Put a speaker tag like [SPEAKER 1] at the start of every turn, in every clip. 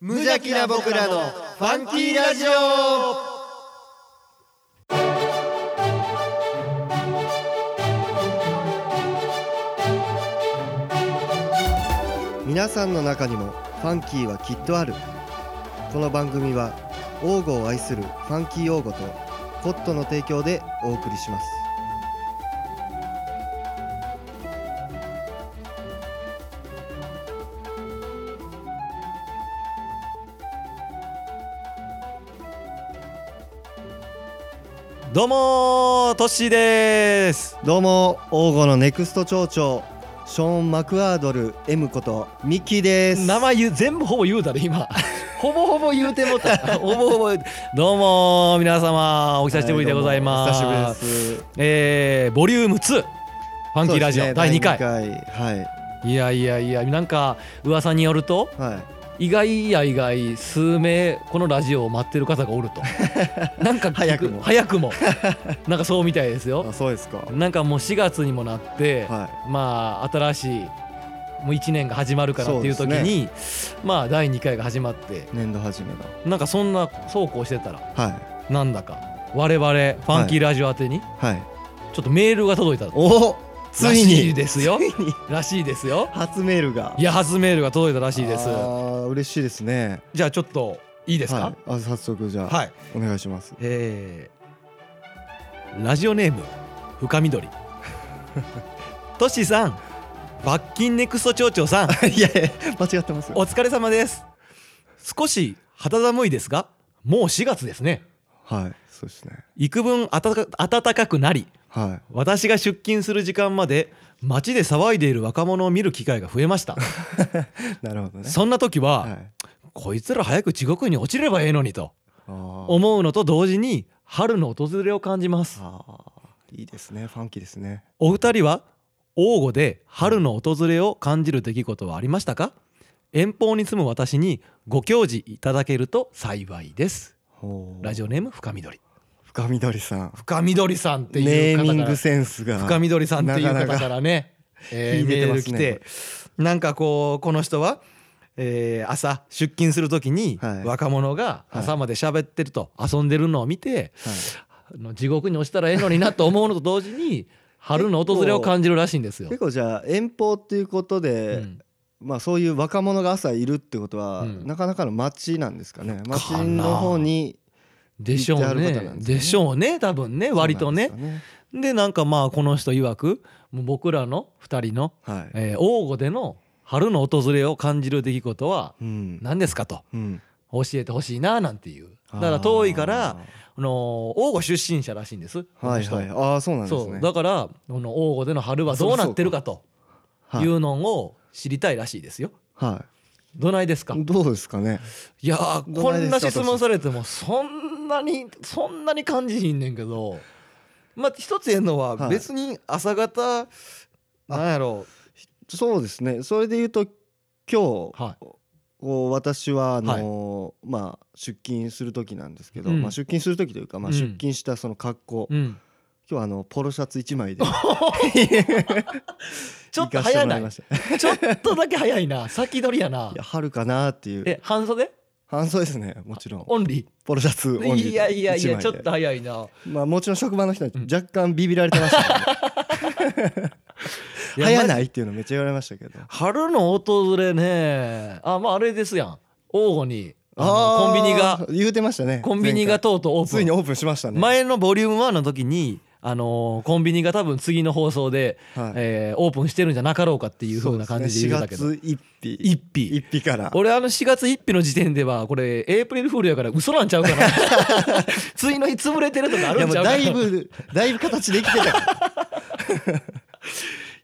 [SPEAKER 1] 無邪気な僕らのファンキーラジオ皆さんの中にもファンキーはきっとあるこの番組は王語を愛するファンキー王語とコットの提供でお送りします
[SPEAKER 2] どうもートッシーです
[SPEAKER 1] どうも王語のネクスト町長ショーン・マクアードル M ことミッキーです
[SPEAKER 2] 名前言う全部ほぼ言うだろ 今ほぼほぼ言うてもうた ほぼほぼ言うどうもー皆様お久しぶりでございます、
[SPEAKER 1] はいどうもお久しぶりです
[SPEAKER 2] えー、ボリューム2ファンキーラジオ、
[SPEAKER 1] そうですね
[SPEAKER 2] 第2回
[SPEAKER 1] 第二回
[SPEAKER 2] いやいやいやなんか噂によると
[SPEAKER 1] はいはい
[SPEAKER 2] 意外や意外数名このラジオを待ってる方がお るとなんか聞
[SPEAKER 1] 早くも
[SPEAKER 2] 早く もなんかそうみたいですよ
[SPEAKER 1] あそうですかは
[SPEAKER 2] なんかもう4月にもなって、
[SPEAKER 1] い
[SPEAKER 2] まあ新しいもう1年が始まるからっていう時にまあ第2回が始まって
[SPEAKER 1] 年度初めの
[SPEAKER 2] なんかそんなそうこうしてたら
[SPEAKER 1] はい
[SPEAKER 2] なんだか我々ファンキーラジオ宛てに
[SPEAKER 1] はい
[SPEAKER 2] ちょっとメールが届いたら
[SPEAKER 1] おつい
[SPEAKER 2] らしい
[SPEAKER 1] に
[SPEAKER 2] です よ
[SPEAKER 1] ついに
[SPEAKER 2] らしいですよ
[SPEAKER 1] 初メールが
[SPEAKER 2] いや初メールが届いたらしいです
[SPEAKER 1] あー嬉しいですね
[SPEAKER 2] じゃあちょっといいです
[SPEAKER 1] は
[SPEAKER 2] か
[SPEAKER 1] いあ早速じゃあ
[SPEAKER 2] はい
[SPEAKER 1] お願いし ます
[SPEAKER 2] えーラジオネーム深緑 トシさん罰金ネクスト町長さん
[SPEAKER 1] いやいや間違ってますよ
[SPEAKER 2] お疲れ様です少し肌寒いですがもう4月ですね
[SPEAKER 1] はいそうですね
[SPEAKER 2] 幾分暖か暖かくなり
[SPEAKER 1] は
[SPEAKER 2] 私が出勤する時間まで街で騒いでいる若者を見る機会が増えました
[SPEAKER 1] いなるほどね
[SPEAKER 2] そんな時は、
[SPEAKER 1] はい
[SPEAKER 2] こいつら早く地獄に落ちればええのにと
[SPEAKER 1] あー
[SPEAKER 2] 思うのと同時に春の訪れを感じます
[SPEAKER 1] あーいいですねファンキーですね
[SPEAKER 2] お二人は王語で春の訪れを感じる出来事はありましたか遠方に住む私にご教示いただけると幸いですラジ
[SPEAKER 1] オ
[SPEAKER 2] オネーム深緑
[SPEAKER 1] 深緑さん
[SPEAKER 2] 深緑さんって
[SPEAKER 1] ネ
[SPEAKER 2] いう
[SPEAKER 1] ー
[SPEAKER 2] 方
[SPEAKER 1] ミ
[SPEAKER 2] か
[SPEAKER 1] ン
[SPEAKER 2] ら
[SPEAKER 1] グセンスが
[SPEAKER 2] 深緑さんってい
[SPEAKER 1] な
[SPEAKER 2] う方
[SPEAKER 1] かなか
[SPEAKER 2] からねえ
[SPEAKER 1] 秀
[SPEAKER 2] ー
[SPEAKER 1] でて
[SPEAKER 2] メー
[SPEAKER 1] ま
[SPEAKER 2] ル
[SPEAKER 1] す
[SPEAKER 2] 来
[SPEAKER 1] ね
[SPEAKER 2] てなんかこうこの人は、えー朝出勤する時に
[SPEAKER 1] はい
[SPEAKER 2] 若者が朝まで喋ってると遊んでるのを見て、あの地獄に落ちたらええのになと思うのと同時に 春の訪れを感じるらしいんですよ
[SPEAKER 1] 結。構じゃあ遠方っていうことで、
[SPEAKER 2] うん
[SPEAKER 1] まあそういう若者が朝いるってことは、
[SPEAKER 2] うん
[SPEAKER 1] なかなかの街なんですかね
[SPEAKER 2] な
[SPEAKER 1] 街の方に
[SPEAKER 2] でしょう
[SPEAKER 1] 言ってある方
[SPEAKER 2] ね
[SPEAKER 1] なんですね
[SPEAKER 2] でしょうね多分ね割とね
[SPEAKER 1] そう。なんです
[SPEAKER 2] でなんかまあこの人曰くもう僕らの2人の
[SPEAKER 1] かねはい、
[SPEAKER 2] えー、王語での春の訪れを感じる出来事は
[SPEAKER 1] うん
[SPEAKER 2] 何ですかと
[SPEAKER 1] うん、
[SPEAKER 2] 教えてほしいななんていうだから遠いからあのー王語出身者らしいんです
[SPEAKER 1] あーはい
[SPEAKER 2] こ
[SPEAKER 1] は
[SPEAKER 2] の
[SPEAKER 1] い
[SPEAKER 2] 人
[SPEAKER 1] ああそうなんです
[SPEAKER 2] そう
[SPEAKER 1] ね
[SPEAKER 2] だからこの王語での春はどうなってるかと
[SPEAKER 1] はいい、
[SPEAKER 2] うのを知りたいらしいですよ
[SPEAKER 1] は
[SPEAKER 2] どないですか
[SPEAKER 1] い、どうですかね
[SPEAKER 2] いやー
[SPEAKER 1] ど
[SPEAKER 2] こ
[SPEAKER 1] ないで
[SPEAKER 2] ん
[SPEAKER 1] す
[SPEAKER 2] な
[SPEAKER 1] か
[SPEAKER 2] 質問されてもそんなにそんなに感じひんねんけどまあ一つ言えんのは
[SPEAKER 1] はい
[SPEAKER 2] 別に朝方なんやろ
[SPEAKER 1] そうですねそれで言うと今日
[SPEAKER 2] は
[SPEAKER 1] こう私はあのーまあ出勤する時なんですけど、
[SPEAKER 2] うん
[SPEAKER 1] まあ出勤する時というかまあ
[SPEAKER 2] うん
[SPEAKER 1] 出勤したその格好、
[SPEAKER 2] い、うん、
[SPEAKER 1] 今日はあのポロシャツ一 枚で
[SPEAKER 2] ちょっと
[SPEAKER 1] 行かせてもら
[SPEAKER 2] 早ないい
[SPEAKER 1] ました
[SPEAKER 2] ちょっとだけ早いな先取りやない
[SPEAKER 1] や春かなっていう
[SPEAKER 2] え半袖
[SPEAKER 1] 半袖ですねもちろん
[SPEAKER 2] オンリ
[SPEAKER 1] ポロシャツオンリー
[SPEAKER 2] ー
[SPEAKER 1] で
[SPEAKER 2] いやいやい
[SPEAKER 1] 一枚
[SPEAKER 2] や
[SPEAKER 1] で
[SPEAKER 2] ちょっと早いな
[SPEAKER 1] まあもちろん職場の人に
[SPEAKER 2] うん
[SPEAKER 1] 若干ビビられてましたけどね、
[SPEAKER 2] いや
[SPEAKER 1] 早
[SPEAKER 2] ま
[SPEAKER 1] ないっていうのめっちゃ言われましたけど
[SPEAKER 2] 春の訪れねあまああれですやん王吾にあ
[SPEAKER 1] あ
[SPEAKER 2] の
[SPEAKER 1] ー
[SPEAKER 2] コンビニが
[SPEAKER 1] 言うてましたね
[SPEAKER 2] コンビニが
[SPEAKER 1] 前
[SPEAKER 2] とうとうオ
[SPEAKER 1] 回つ
[SPEAKER 2] ープン
[SPEAKER 1] いにオープンしましたね
[SPEAKER 2] 前のボリューム1の時に、あのーコンビニが多分次の放送で、
[SPEAKER 1] はい
[SPEAKER 2] えーオープンしてるんじゃなかろうかっていう風な感じで言う
[SPEAKER 1] そ
[SPEAKER 2] んだ
[SPEAKER 1] う
[SPEAKER 2] け
[SPEAKER 1] す
[SPEAKER 2] ど、
[SPEAKER 1] ね4月一日
[SPEAKER 2] 一匹
[SPEAKER 1] 一日から
[SPEAKER 2] 俺あの4月1日の時点ではこれエイプリルフールやから嘘なんちゃうかな 次の日潰れてるとかあ
[SPEAKER 1] い
[SPEAKER 2] る
[SPEAKER 1] や
[SPEAKER 2] ん
[SPEAKER 1] もう
[SPEAKER 2] ちゃうかな
[SPEAKER 1] だいぶだいぶ形できてたから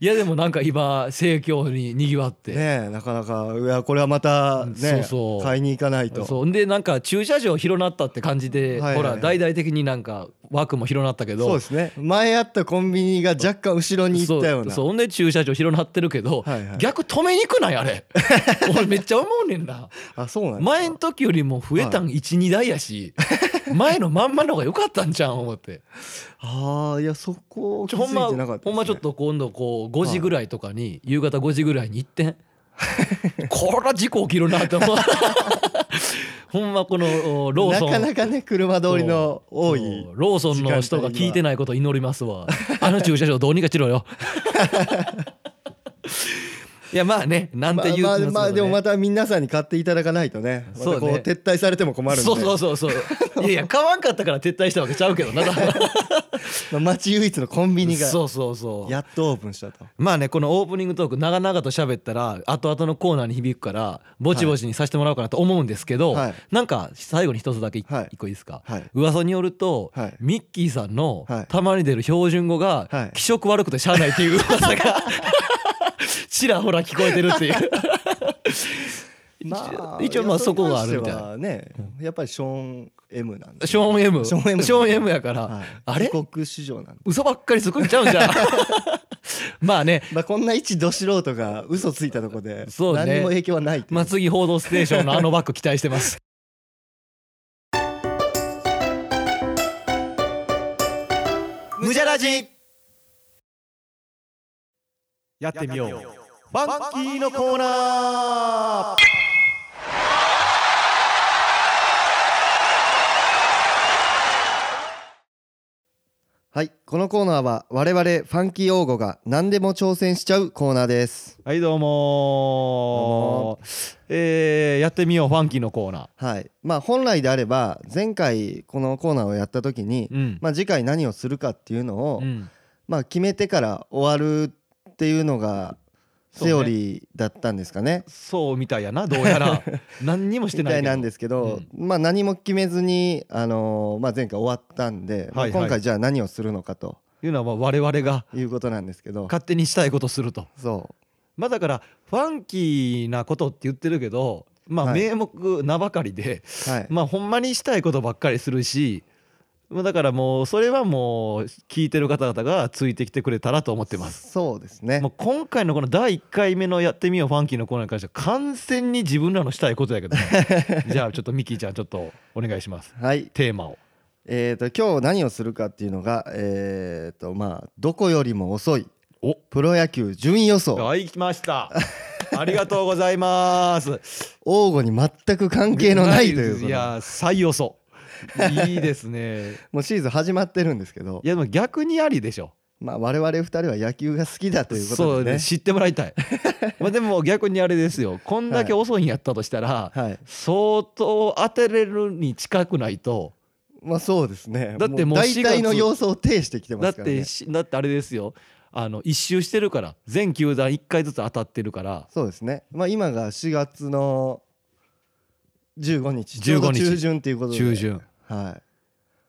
[SPEAKER 2] いやでもなんか今盛況ににぎわ って、
[SPEAKER 1] ねえなかなかいやこれはまたね
[SPEAKER 2] そうそう
[SPEAKER 1] 買いに行かないと
[SPEAKER 2] そうでなんか駐車場広なったって感じで、
[SPEAKER 1] はいはいはい
[SPEAKER 2] ほら大々的になんか枠も広なったけど
[SPEAKER 1] そうですね前あったコンビニが若干後ろに行ったような
[SPEAKER 2] そうそうほんで駐車場広なってるけど、
[SPEAKER 1] はいはい
[SPEAKER 2] 逆止めにくない あれ俺めっちゃ思うねんな
[SPEAKER 1] あそうなんですか
[SPEAKER 2] 前の時よりも増えたん12、台 やし前のまんまの方が良かったんじゃうん思って
[SPEAKER 1] ああいやそこ
[SPEAKER 2] ち
[SPEAKER 1] 気
[SPEAKER 2] ょ
[SPEAKER 1] づ
[SPEAKER 2] ほんま
[SPEAKER 1] いてなかったですね
[SPEAKER 2] ほんまちょっと今度こう5時ぐらいとかに、夕方5時ぐらいに行ってんこら事故起きるなって思う ほんまこのおロー
[SPEAKER 1] な
[SPEAKER 2] ソン
[SPEAKER 1] かなかね車通りの多い
[SPEAKER 2] そうローソンの人が聞いてないことを祈りますわあの駐車場どうにかし ろよいやまあねなんて言う
[SPEAKER 1] まあまあ
[SPEAKER 2] のも
[SPEAKER 1] まあ
[SPEAKER 2] ね
[SPEAKER 1] でもまた皆さんに買っていただかないとねまた
[SPEAKER 2] そう
[SPEAKER 1] こ
[SPEAKER 2] ね
[SPEAKER 1] う撤退されても困るんで
[SPEAKER 2] そうそうそうそういやいや買わんかったから撤退したわけちゃうけ どな
[SPEAKER 1] まあ町唯一のコンビニが
[SPEAKER 2] そうそうそう
[SPEAKER 1] やっとオープンしたと
[SPEAKER 2] まあねこのオープニングトーク長々と喋ったら後々のコーナーに響くからぼちぼちにさせてもらおうかなと思うんですけど、
[SPEAKER 1] はい
[SPEAKER 2] なんか最後に一つだけ一
[SPEAKER 1] はい
[SPEAKER 2] 一個いいですか、
[SPEAKER 1] はい
[SPEAKER 2] 噂によると、
[SPEAKER 1] はい
[SPEAKER 2] ミッキーさんの
[SPEAKER 1] はい
[SPEAKER 2] たまに出る標準語が
[SPEAKER 1] はい
[SPEAKER 2] 気色悪くてしゃあないっていう 噂がちらほら聞こえてるっていう
[SPEAKER 1] まあ
[SPEAKER 2] 一応まあそこがあるみたい
[SPEAKER 1] いやそれに関してはねやっぱりショーン M なんで
[SPEAKER 2] ショーン M
[SPEAKER 1] ショーン M
[SPEAKER 2] やから、
[SPEAKER 1] はい
[SPEAKER 2] あれ
[SPEAKER 1] 帰国子女なんで
[SPEAKER 2] 嘘ばっかり作っちゃうん じゃんまあね
[SPEAKER 1] まあこんな一ど素人が嘘ついたとこで
[SPEAKER 2] そうね
[SPEAKER 1] 何にも影響はないっていう
[SPEAKER 2] まあ次「報道ステーション」のあのバッグ期待してます
[SPEAKER 1] 無邪ラジ
[SPEAKER 2] やってみよう
[SPEAKER 1] ファンキーのコーナーはいこのコーナーは我々ファンキー用語が何でも挑戦しちゃうコーナーです
[SPEAKER 2] はいどうもーえーやってみようファンキーのコーナ
[SPEAKER 1] はいまあ本来であれば前回このコーナーをやった時に
[SPEAKER 2] ー、うん
[SPEAKER 1] まあ次回何をするかっていうのを、
[SPEAKER 2] うん
[SPEAKER 1] まあ決めてから終わるっていうのが
[SPEAKER 2] そうね
[SPEAKER 1] セオリーだったんですかね
[SPEAKER 2] そうみたいやなどう やら何にもして
[SPEAKER 1] み
[SPEAKER 2] な
[SPEAKER 1] た
[SPEAKER 2] い
[SPEAKER 1] い
[SPEAKER 2] けど
[SPEAKER 1] なんですけど、まあ何も決めずに、あのーまあ、前回終わったんで、まあ
[SPEAKER 2] はいはい
[SPEAKER 1] 今回じゃあ何をするのかと
[SPEAKER 2] いうのはまあ我々が
[SPEAKER 1] いうことなんですけど
[SPEAKER 2] 勝手にしたいことすると
[SPEAKER 1] そ
[SPEAKER 2] まあだからファンキーなことって言ってるけどまあ
[SPEAKER 1] はい
[SPEAKER 2] 名目なばかりで、
[SPEAKER 1] うはい、
[SPEAKER 2] まあほんまにしたいことばっかりするしまあだからもうそれはもう聞いてる方々がついてきてくれたらと思ってます
[SPEAKER 1] そうですね
[SPEAKER 2] もう今回のこの第1回目の「やってみようファンキー」のコーナーに関しては完全に自分らのしたいことやけど、 ね、じゃあちょっとミッキーちゃんちょっとお願いします
[SPEAKER 1] はい
[SPEAKER 2] テーマ を
[SPEAKER 1] えー、と今日何をするかっていうのがえー、とまあどこよりも遅い
[SPEAKER 2] お
[SPEAKER 1] プロ野球順位予想
[SPEAKER 2] はい来ましたありがとうございます
[SPEAKER 1] 王吾に全く関係のないということ
[SPEAKER 2] いや最予想いいですね
[SPEAKER 1] もうシーズン始まってるんですけど
[SPEAKER 2] いやでも逆にありでしょ
[SPEAKER 1] まあ我々二人は野球が好きだというこ
[SPEAKER 2] そ
[SPEAKER 1] と
[SPEAKER 2] う
[SPEAKER 1] でね
[SPEAKER 2] ね知ってもらいたいまあでも逆にあれですよこんだけ遅いんやったとしたら、
[SPEAKER 1] はい
[SPEAKER 2] 相当当てれるに近くないと
[SPEAKER 1] まあそうですね
[SPEAKER 2] だってもう
[SPEAKER 1] う大体の
[SPEAKER 2] 4月
[SPEAKER 1] 様子を呈してきてま
[SPEAKER 2] だっ
[SPEAKER 1] すからね
[SPEAKER 2] てしだってあれですよあの一周してるから全球団1回ずつ当たってるから
[SPEAKER 1] そうですね。まあ今が4月の15日、
[SPEAKER 2] 15日
[SPEAKER 1] ちょうど中旬ということで、
[SPEAKER 2] 中旬
[SPEAKER 1] は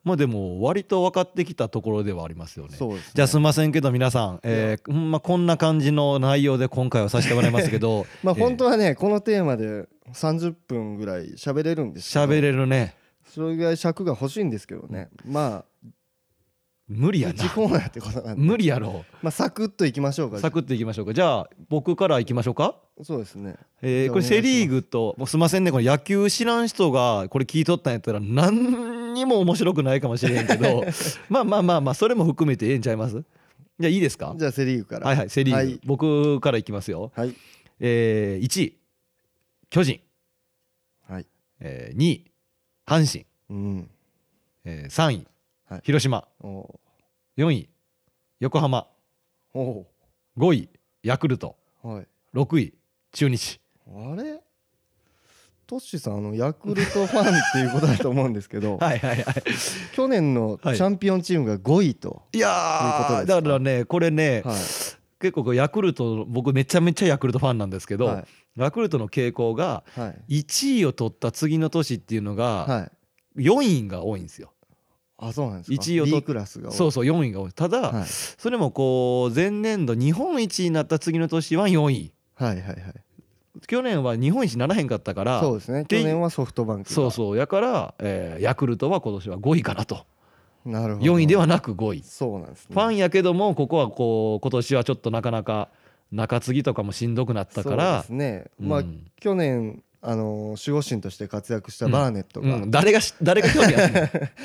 [SPEAKER 2] まあでも割と分かってきたところではありますよ
[SPEAKER 1] い、
[SPEAKER 2] ね。
[SPEAKER 1] そうです、ね。
[SPEAKER 2] じゃあすみませんけど皆さん、えーほんまこんな感じの内容で今回はさせてもらいますけど
[SPEAKER 1] まあ本当はね、このテーマで30分ぐらい喋れるんですけど、
[SPEAKER 2] 喋、れるね
[SPEAKER 1] それぐらい尺が欲しいんですけどね。ま
[SPEAKER 2] 無理
[SPEAKER 1] あ
[SPEAKER 2] や
[SPEAKER 1] 自
[SPEAKER 2] な
[SPEAKER 1] コーナーってことなんで、
[SPEAKER 2] 無理やろ
[SPEAKER 1] まあサクッといきましょうか。
[SPEAKER 2] サクッといきましょうかじゃあ僕からいきましょうか。
[SPEAKER 1] そうですね。
[SPEAKER 2] えー
[SPEAKER 1] じゃあ
[SPEAKER 2] こ
[SPEAKER 1] お願いしま
[SPEAKER 2] れ
[SPEAKER 1] す
[SPEAKER 2] セ・リーグともうすいませんねこれ野球知らん人がこれ聞いとったんやったら何にも面白くないかもしれん けどまあまあまあまあそれも含めてええんちゃいますじゃあいいですか
[SPEAKER 1] じゃあセリーグから。
[SPEAKER 2] はいはいセ・リーグ、
[SPEAKER 1] はい
[SPEAKER 2] 僕からいきますよ、
[SPEAKER 1] はい
[SPEAKER 2] えー、1位巨人、
[SPEAKER 1] はい
[SPEAKER 2] えー、2位阪神、
[SPEAKER 1] うん。
[SPEAKER 2] えー、3位、
[SPEAKER 1] はい
[SPEAKER 2] 広島
[SPEAKER 1] お
[SPEAKER 2] 4位横浜
[SPEAKER 1] うお
[SPEAKER 2] 5位ヤクルト
[SPEAKER 1] うはい。
[SPEAKER 2] 6位中日
[SPEAKER 1] あれ。トッシュさんあのヤクルトファンっていうことだと思うんですけ ど、
[SPEAKER 2] はいはいはい
[SPEAKER 1] 去年のチャンピオンチームが5位と、
[SPEAKER 2] いや
[SPEAKER 1] ということ
[SPEAKER 2] ー
[SPEAKER 1] ですか
[SPEAKER 2] だからねこれね、
[SPEAKER 1] はい
[SPEAKER 2] 結構こうヤクルト僕めちゃめちゃヤクルトファンなんですけど、
[SPEAKER 1] はい
[SPEAKER 2] ヤクルトの傾向が
[SPEAKER 1] はい
[SPEAKER 2] 1位を取った次の年っていうのが
[SPEAKER 1] はい
[SPEAKER 2] 4位が多いんですよ。
[SPEAKER 1] あそうなんですか
[SPEAKER 2] 一位を取
[SPEAKER 1] B クラスが多い
[SPEAKER 2] そうそう4位が多いただ、
[SPEAKER 1] はい
[SPEAKER 2] それもこう前年度日本一になった次の年は4位
[SPEAKER 1] はいはいはい
[SPEAKER 2] 去年は日本一にならへんかったから
[SPEAKER 1] そうですね
[SPEAKER 2] で
[SPEAKER 1] 去年はソフトバンクが
[SPEAKER 2] そうそうやから、えーヤクルトは今年は5位かなと
[SPEAKER 1] なるほど
[SPEAKER 2] 4位ではなく5位、
[SPEAKER 1] そうなんですね
[SPEAKER 2] ファンやけどもここはこう今年はちょっとなかなか中継ぎとかもしんどくなったから
[SPEAKER 1] そうですねまあ
[SPEAKER 2] うん
[SPEAKER 1] 去年あのー守護神として活躍したバーネット
[SPEAKER 2] う
[SPEAKER 1] が
[SPEAKER 2] ん、誰がし誰が興 味あるの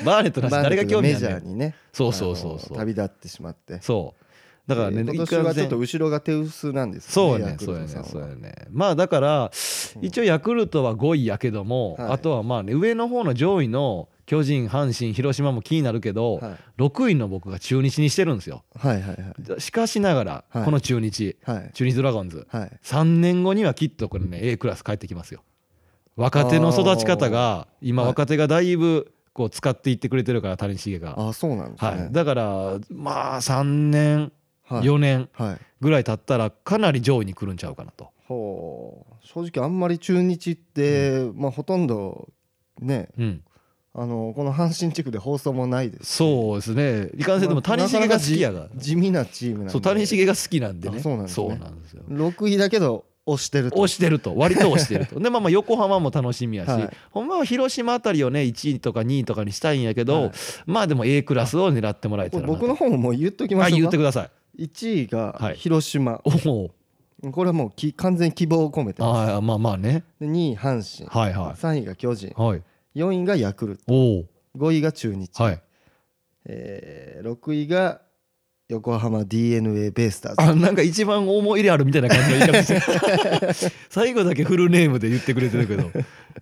[SPEAKER 2] バーレットなし
[SPEAKER 1] バーネット
[SPEAKER 2] 誰が
[SPEAKER 1] が
[SPEAKER 2] 興
[SPEAKER 1] メ
[SPEAKER 2] 味あ
[SPEAKER 1] ジ
[SPEAKER 2] る
[SPEAKER 1] ャーにね
[SPEAKER 2] そうそうそうそ
[SPEAKER 1] あのー
[SPEAKER 2] う
[SPEAKER 1] 旅立ってしまって
[SPEAKER 2] そうだからね、
[SPEAKER 1] えー今
[SPEAKER 2] 一
[SPEAKER 1] 年
[SPEAKER 2] 回
[SPEAKER 1] はちょっ
[SPEAKER 2] 全
[SPEAKER 1] と後ろが手薄なんです
[SPEAKER 2] そうや
[SPEAKER 1] ヤ
[SPEAKER 2] ね
[SPEAKER 1] クル
[SPEAKER 2] そう
[SPEAKER 1] ト
[SPEAKER 2] やね
[SPEAKER 1] さんは
[SPEAKER 2] そうやねまあだから
[SPEAKER 1] うん
[SPEAKER 2] 一応ヤクルトは5位やけども、
[SPEAKER 1] はい
[SPEAKER 2] あとはまあね上の方の上位の巨人阪神広島も気になるけど、
[SPEAKER 1] はい
[SPEAKER 2] 6位の僕が中日にしてるんですよ
[SPEAKER 1] はいはいはい
[SPEAKER 2] しかしながら
[SPEAKER 1] はい
[SPEAKER 2] この中日、
[SPEAKER 1] はい
[SPEAKER 2] 中日ドラゴンズ
[SPEAKER 1] はい
[SPEAKER 2] 3年後にはきっとこれね A クラス帰ってきますよ若手の育ち方が今
[SPEAKER 1] はい
[SPEAKER 2] 若手がだいぶこう使っていってくれてるから谷繁が、
[SPEAKER 1] ああそうなんです
[SPEAKER 2] はい、
[SPEAKER 1] ね
[SPEAKER 2] だからまあ3年
[SPEAKER 1] はい
[SPEAKER 2] 4年
[SPEAKER 1] はい
[SPEAKER 2] ぐらい経ったらかなり上位に来るんちゃうかなと。
[SPEAKER 1] ほう正直あんまり中日ってまあほとんどね
[SPEAKER 2] うん
[SPEAKER 1] あのこの阪神地区で放送もないです
[SPEAKER 2] そうですね。いかんせんでも
[SPEAKER 1] まあ
[SPEAKER 2] 谷繁が好きやが。
[SPEAKER 1] 地味なチームなんで
[SPEAKER 2] そう谷繁が好きなんでね。
[SPEAKER 1] あそうなんですね
[SPEAKER 2] そうなんですよ。
[SPEAKER 1] 6位だけど押してると
[SPEAKER 2] 押してると割と押してると。でまあまあ横浜も楽しみやし、
[SPEAKER 1] はい
[SPEAKER 2] ほんまは広島あたりをね1位とか2位とかにしたいんやけど、
[SPEAKER 1] はい
[SPEAKER 2] まあでも A クラスを狙ってもらえ
[SPEAKER 1] こ
[SPEAKER 2] たら
[SPEAKER 1] れ
[SPEAKER 2] な
[SPEAKER 1] 僕の方ももう言っときま
[SPEAKER 2] はい
[SPEAKER 1] し
[SPEAKER 2] 言
[SPEAKER 1] ょう
[SPEAKER 2] って
[SPEAKER 1] か
[SPEAKER 2] ください。
[SPEAKER 1] 1位
[SPEAKER 2] は
[SPEAKER 1] が
[SPEAKER 2] い
[SPEAKER 1] 広島
[SPEAKER 2] おお。
[SPEAKER 1] これはもうき完全に希望を込めてます
[SPEAKER 2] あーまあまあね。
[SPEAKER 1] で2位阪神
[SPEAKER 2] はいは
[SPEAKER 1] 3位が巨人
[SPEAKER 2] いはい。
[SPEAKER 1] 4位がヤクルト
[SPEAKER 2] おお。
[SPEAKER 1] 5位が中日、
[SPEAKER 2] はい。
[SPEAKER 1] えー6位が横浜 d n a ベイスターズ
[SPEAKER 2] あなんか一番思い入れあるみたいな感じの言い方して 最後だけフルネームで言ってくれてるけ ど。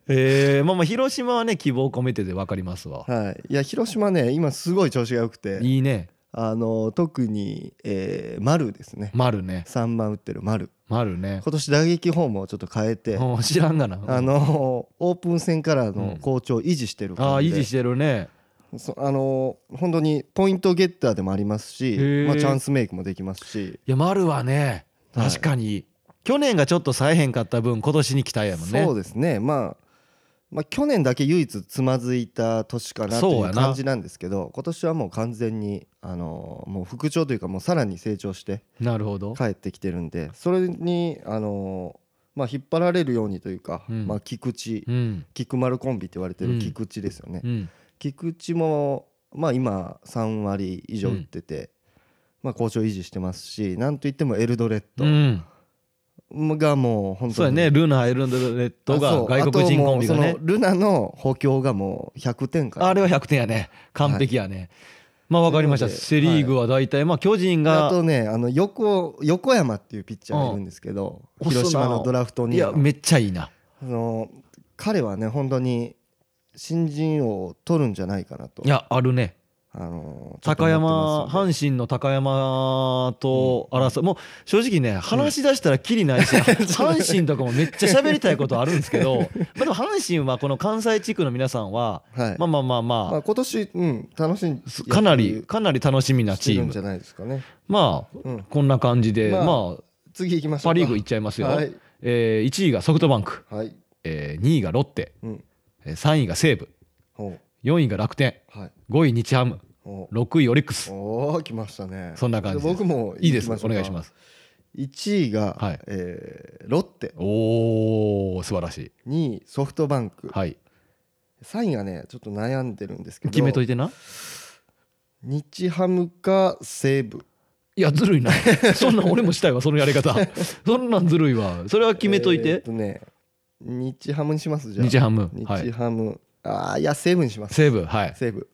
[SPEAKER 2] えー、まあまあ広島はね希望込めてで分かりますわ。
[SPEAKER 1] はい、いや広島ね今すごい調子が良くて
[SPEAKER 2] いいね。
[SPEAKER 1] あの特に、えー、丸ですね
[SPEAKER 2] 丸ね
[SPEAKER 1] 3番打ってる丸
[SPEAKER 2] 丸ね
[SPEAKER 1] 今年打撃フォームをちょっと変えて、
[SPEAKER 2] うん知らんがな
[SPEAKER 1] あのオープン戦から
[SPEAKER 2] うん
[SPEAKER 1] の好調を維持してる
[SPEAKER 2] あ
[SPEAKER 1] 感
[SPEAKER 2] ー
[SPEAKER 1] じ
[SPEAKER 2] 維
[SPEAKER 1] で、
[SPEAKER 2] 持してるね
[SPEAKER 1] そあの本当にポイントゲッターでもありますし
[SPEAKER 2] へー、
[SPEAKER 1] まあ、チャンスメイクもできますし、
[SPEAKER 2] いや丸はね
[SPEAKER 1] はい
[SPEAKER 2] 確かに、去年がちょっと冴えへんかった分今年に期待やもんね
[SPEAKER 1] そうですね、まあ、まあ去年だけ唯一つまずいた年かなと
[SPEAKER 2] そう
[SPEAKER 1] い
[SPEAKER 2] や
[SPEAKER 1] う
[SPEAKER 2] な
[SPEAKER 1] 感じなんですけど今年はもう完全にあのもう復調というかもうさらに成長して
[SPEAKER 2] なるほど
[SPEAKER 1] 帰ってきてるんでそれにあの、まあ、引っ張られるようにというか、
[SPEAKER 2] うん
[SPEAKER 1] まあ、菊池
[SPEAKER 2] うん
[SPEAKER 1] 菊丸コンビって言われて
[SPEAKER 2] うん
[SPEAKER 1] る菊池ですよね、
[SPEAKER 2] うん
[SPEAKER 1] 菊池も、まあ、今3割以上打ってて、まあ、好調維持してますしなんといってもエルドレッド
[SPEAKER 2] うん
[SPEAKER 1] がもう本当に
[SPEAKER 2] そうやねルナエルドレッド
[SPEAKER 1] あ
[SPEAKER 2] が
[SPEAKER 1] そう
[SPEAKER 2] 外国人コンビが
[SPEAKER 1] あ
[SPEAKER 2] ね
[SPEAKER 1] ともうそのルナの補強がもう100点か
[SPEAKER 2] あれは100点やね完璧やね、まあ分かりました
[SPEAKER 1] なので
[SPEAKER 2] セ・リーグは大体まあ巨人
[SPEAKER 1] らあ
[SPEAKER 2] が
[SPEAKER 1] とねあの横横山っていうピッチャーがいるんですけど、
[SPEAKER 2] うん
[SPEAKER 1] 広島のドラフト
[SPEAKER 2] い
[SPEAKER 1] に
[SPEAKER 2] やめっちゃいいな
[SPEAKER 1] あの彼はね本当に新人王を取るんじゃないかなと
[SPEAKER 2] いやあるね
[SPEAKER 1] あのちょっと思
[SPEAKER 2] 高
[SPEAKER 1] って
[SPEAKER 2] 山
[SPEAKER 1] ますんで
[SPEAKER 2] 阪神の高山と争う、もう正直ね話し出したらきり ないし、阪神とかもめっちゃ喋りたいことあるんですけ どまあでも阪神はこの関西地区の皆さんは、
[SPEAKER 1] はい
[SPEAKER 2] まあまあまあ
[SPEAKER 1] ま
[SPEAKER 2] ま
[SPEAKER 1] あ、今年、うん、楽しん
[SPEAKER 2] あかなりかなり楽しみな
[SPEAKER 1] し
[SPEAKER 2] チ
[SPEAKER 1] てる
[SPEAKER 2] ー
[SPEAKER 1] んじ
[SPEAKER 2] ム
[SPEAKER 1] ゃないですかね。
[SPEAKER 2] まあ
[SPEAKER 1] うん、
[SPEAKER 2] こんな感じで、
[SPEAKER 1] まあ
[SPEAKER 2] まあ
[SPEAKER 1] 次行きましょうか。
[SPEAKER 2] パ・リーグいっちゃいますよ、
[SPEAKER 1] はい、
[SPEAKER 2] え1位がソフトバンク、
[SPEAKER 1] はい、
[SPEAKER 2] え2位がロッテ
[SPEAKER 1] うん、
[SPEAKER 2] 3位が西武
[SPEAKER 1] ほ
[SPEAKER 2] 4位が楽天
[SPEAKER 1] う、はい、
[SPEAKER 2] 5位日ハム
[SPEAKER 1] ほう。
[SPEAKER 2] 6位オリックス
[SPEAKER 1] おお、来ましたね。
[SPEAKER 2] そんな感じです
[SPEAKER 1] 僕も
[SPEAKER 2] いいですお願いし
[SPEAKER 1] す。
[SPEAKER 2] ます
[SPEAKER 1] 一位が、
[SPEAKER 2] はい
[SPEAKER 1] えーロッテ、
[SPEAKER 2] おお素晴らしい
[SPEAKER 1] 二位ソフトバンク、
[SPEAKER 2] はい
[SPEAKER 1] 三位がね、ちょっと悩んでるんですけど。
[SPEAKER 2] 決めといてな
[SPEAKER 1] 日ハムか西武。
[SPEAKER 2] いやずるいな そんなん俺もしたいわそのやり方 そんなんずるいわそれは決めとい、
[SPEAKER 1] えーってとね、日ハムにしますじゃあ。
[SPEAKER 2] 日ハム
[SPEAKER 1] 日
[SPEAKER 2] はい
[SPEAKER 1] ハム、ああ、いや西武にします。
[SPEAKER 2] 西武はい
[SPEAKER 1] 西武。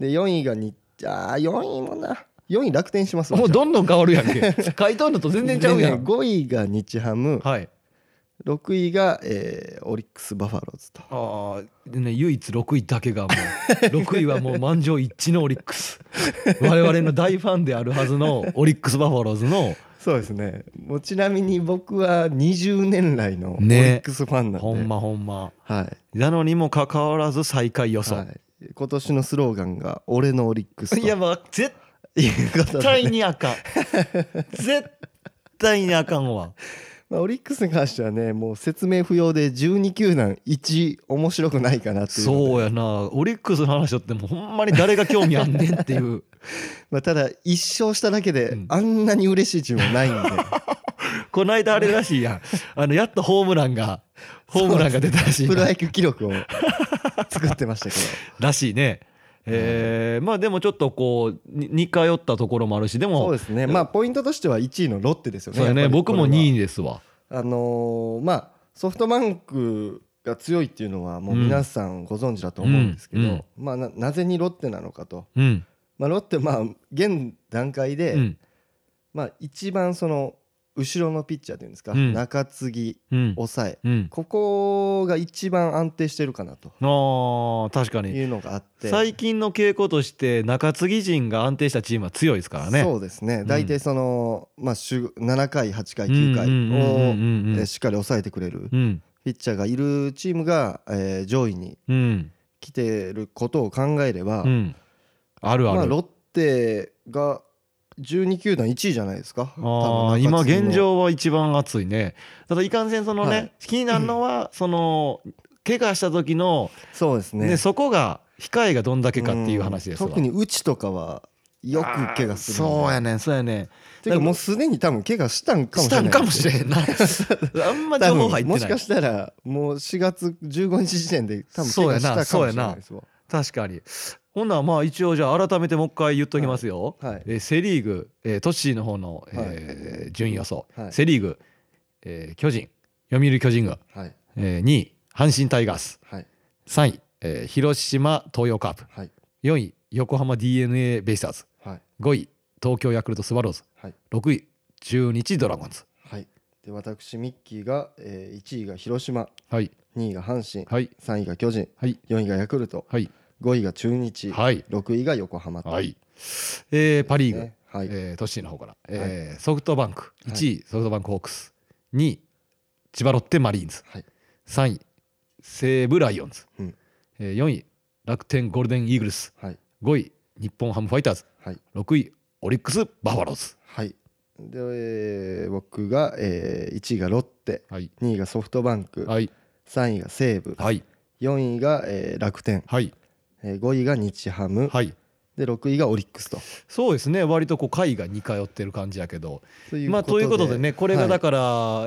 [SPEAKER 1] で四位が日、ああ、四位もな。四位楽天しますわ。
[SPEAKER 2] もう
[SPEAKER 1] じゃあ
[SPEAKER 2] どんどん変わるやん け書いとんのと全然ちゃうや
[SPEAKER 1] でね
[SPEAKER 2] ん
[SPEAKER 1] 5位が日ハム、
[SPEAKER 2] はい
[SPEAKER 1] 6位が、えーオリックス・バファローズと。
[SPEAKER 2] あーでね唯一6位だけがも う6位はもう満場一致のオリックス我々の大ファンであるはず のオリックス・バファローズの
[SPEAKER 1] そうですね。もうちなみに僕は20年来のオリッ
[SPEAKER 2] ね
[SPEAKER 1] クスファンなんで、
[SPEAKER 2] ほんまほんま
[SPEAKER 1] はい
[SPEAKER 2] なのにもかかわらず最下位予想、
[SPEAKER 1] はい、今年のスローガンが「俺のオリックス」と
[SPEAKER 2] いやまあ絶
[SPEAKER 1] いうことで、
[SPEAKER 2] 対にあ かん絶対にあかんわ
[SPEAKER 1] まあ、オリックスに関してはねもう説明不要で12球団1面白くないかなっていうので
[SPEAKER 2] そうやなオリックスの話だってもうほんまに誰が興味あんねんっていう
[SPEAKER 1] まあ、ただ一勝しただけで
[SPEAKER 2] うん
[SPEAKER 1] あんなに嬉しいチームはないんで、
[SPEAKER 2] この間あれらしいやんあのやっとホームランがホームランが出た らしい
[SPEAKER 1] プロ
[SPEAKER 2] な
[SPEAKER 1] 野球記録を 作ってましたけど。
[SPEAKER 2] らしいねえーまあでもちょっとこうに似通ったところもあるしで
[SPEAKER 1] そう
[SPEAKER 2] も
[SPEAKER 1] ですね、まあ、ポイントとしては1位のロッテですよね。
[SPEAKER 2] そうや
[SPEAKER 1] や
[SPEAKER 2] ね
[SPEAKER 1] っぱり
[SPEAKER 2] 僕も
[SPEAKER 1] これは
[SPEAKER 2] 2位ですわ
[SPEAKER 1] あのーまあ、ソフトバンクが強いっていうのは、もう
[SPEAKER 2] うん
[SPEAKER 1] 皆さんご存知だと思うんですけど、
[SPEAKER 2] うんうん
[SPEAKER 1] まあ、ななぜにロッテなのかと、
[SPEAKER 2] うん
[SPEAKER 1] まあ、ロッテ、まあ、現段階で、
[SPEAKER 2] うん
[SPEAKER 1] まあ、一番その後ろのピッチャーというんですか、
[SPEAKER 2] うん
[SPEAKER 1] 中継ぎ
[SPEAKER 2] うん
[SPEAKER 1] 抑え
[SPEAKER 2] うん
[SPEAKER 1] ここが一番安定してるかなと
[SPEAKER 2] あー確かに
[SPEAKER 1] いうのがあって
[SPEAKER 2] 最近の傾向として中継ぎ陣が安定したチームは強いですからね
[SPEAKER 1] そうですね
[SPEAKER 2] ん
[SPEAKER 1] 大体その、まあ、週7回8回9回
[SPEAKER 2] うんうんうん
[SPEAKER 1] を
[SPEAKER 2] うんうん
[SPEAKER 1] えーしっかり抑えてくれる
[SPEAKER 2] うん
[SPEAKER 1] ピッチャーがいるチームが、えー上位に
[SPEAKER 2] うん
[SPEAKER 1] 来てることを考えれば、
[SPEAKER 2] うんあるある、
[SPEAKER 1] まあ、ロッテが12球団1位じゃないですか
[SPEAKER 2] あー
[SPEAKER 1] 多分
[SPEAKER 2] 今
[SPEAKER 1] 中継ぎの
[SPEAKER 2] 現状は一番熱いねただいかんせんそのね、
[SPEAKER 1] はい
[SPEAKER 2] 気になるのはその怪我した時の、
[SPEAKER 1] そうです
[SPEAKER 2] ね
[SPEAKER 1] ね
[SPEAKER 2] そこが控えがどんだけかっていう話ですわ、
[SPEAKER 1] うん特にうちとかはよく怪我する
[SPEAKER 2] あーそうや
[SPEAKER 1] ね
[SPEAKER 2] ねんそうやね
[SPEAKER 1] ていうかもうすでに多分怪我したんかも
[SPEAKER 2] し
[SPEAKER 1] しれ
[SPEAKER 2] た
[SPEAKER 1] ない
[SPEAKER 2] んかもしれんなあんま
[SPEAKER 1] 多
[SPEAKER 2] 情
[SPEAKER 1] 分
[SPEAKER 2] 報入ってな
[SPEAKER 1] も
[SPEAKER 2] い
[SPEAKER 1] しかしたらもう4月15日時点で多分怪我したかもしれないですわ
[SPEAKER 2] 確かにほんならまあ一応じゃあ改めてもう一回言っときますよ、
[SPEAKER 1] はい
[SPEAKER 2] えーセ・リーグ、えートッシーの方の、えー
[SPEAKER 1] はい
[SPEAKER 2] 順位予想、
[SPEAKER 1] はい
[SPEAKER 2] セ・リーグ、えー巨人読売巨人軍、
[SPEAKER 1] はい
[SPEAKER 2] え2位阪神タイガース
[SPEAKER 1] はい
[SPEAKER 2] 3位、えー広島東洋カープ
[SPEAKER 1] はい
[SPEAKER 2] 4位横浜 d n a ベイスターズ
[SPEAKER 1] はい
[SPEAKER 2] 5位東京ヤクルトスワローズ
[SPEAKER 1] はい
[SPEAKER 2] 6位中日ドラゴンズ
[SPEAKER 1] はいで私ミッキーが、えー、1位が広島
[SPEAKER 2] はい
[SPEAKER 1] 2位が阪神
[SPEAKER 2] はい
[SPEAKER 1] 3位が巨人
[SPEAKER 2] はい
[SPEAKER 1] 4位がヤクルト
[SPEAKER 2] はい
[SPEAKER 1] 5位が中日、
[SPEAKER 2] はい
[SPEAKER 1] 6位が横浜と、
[SPEAKER 2] はいえーパ・リーグ、
[SPEAKER 1] ねはい
[SPEAKER 2] えー都市の方から、えーソフトバンク
[SPEAKER 1] い
[SPEAKER 2] 1位ソフトバンクホークス2位千葉ロッテマリーンズ
[SPEAKER 1] はい
[SPEAKER 2] 3位西武ライオンズ、
[SPEAKER 1] うん
[SPEAKER 2] えー4位楽天ゴールデンイーグルス
[SPEAKER 1] はい
[SPEAKER 2] 5位日本ハムファイターズ
[SPEAKER 1] はい
[SPEAKER 2] 6位オリックスバファローズ
[SPEAKER 1] はいで、えー僕が、え1位がロッテ
[SPEAKER 2] はい
[SPEAKER 1] 2位がソフトバンク、
[SPEAKER 2] はい
[SPEAKER 1] 3位が西武、
[SPEAKER 2] はい
[SPEAKER 1] 4位が、えー楽天、
[SPEAKER 2] はい
[SPEAKER 1] え5位が日ハム、
[SPEAKER 2] はい
[SPEAKER 1] で6位がオリックスと
[SPEAKER 2] そうですね割とこう海が似通ってる感じやけど
[SPEAKER 1] ということで,、
[SPEAKER 2] まあということでねこれがだから、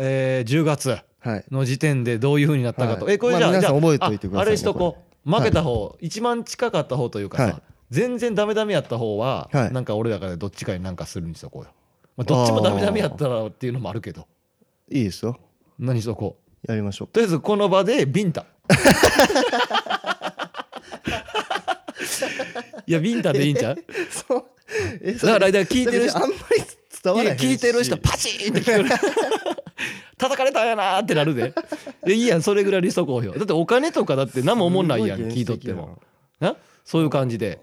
[SPEAKER 2] えー10月
[SPEAKER 1] ら、はい
[SPEAKER 2] の時点でどういうふうになったかと、
[SPEAKER 1] はい
[SPEAKER 2] えこれじゃあ,、
[SPEAKER 1] まあ
[SPEAKER 2] じゃあ
[SPEAKER 1] 皆さん覚えておいてくださいね
[SPEAKER 2] ああれしとこう
[SPEAKER 1] れ
[SPEAKER 2] 負けた方、一番近かった方というかさ、
[SPEAKER 1] はい
[SPEAKER 2] 全然ダメダメやった方は、
[SPEAKER 1] はい
[SPEAKER 2] なんか俺らからどっちかになんかするにしとこうよ、まあ、どっちもダメダメやったらっていうのもあるけど
[SPEAKER 1] いいですよ
[SPEAKER 2] 何しとこう
[SPEAKER 1] やりましょう
[SPEAKER 2] とりあえずこの場でビン タいやビンタでいいんちゃう
[SPEAKER 1] そうえ
[SPEAKER 2] だからだから聞いてる人
[SPEAKER 1] あんまり伝わ
[SPEAKER 2] い
[SPEAKER 1] ら
[SPEAKER 2] や
[SPEAKER 1] ない
[SPEAKER 2] 聞いてる人パチーンって聞く 叩かれたんやなーってなるでいやいいやんそれぐらいにしとこうよだってお金とかだって何も思んないやん聞いとってもなそういう感じで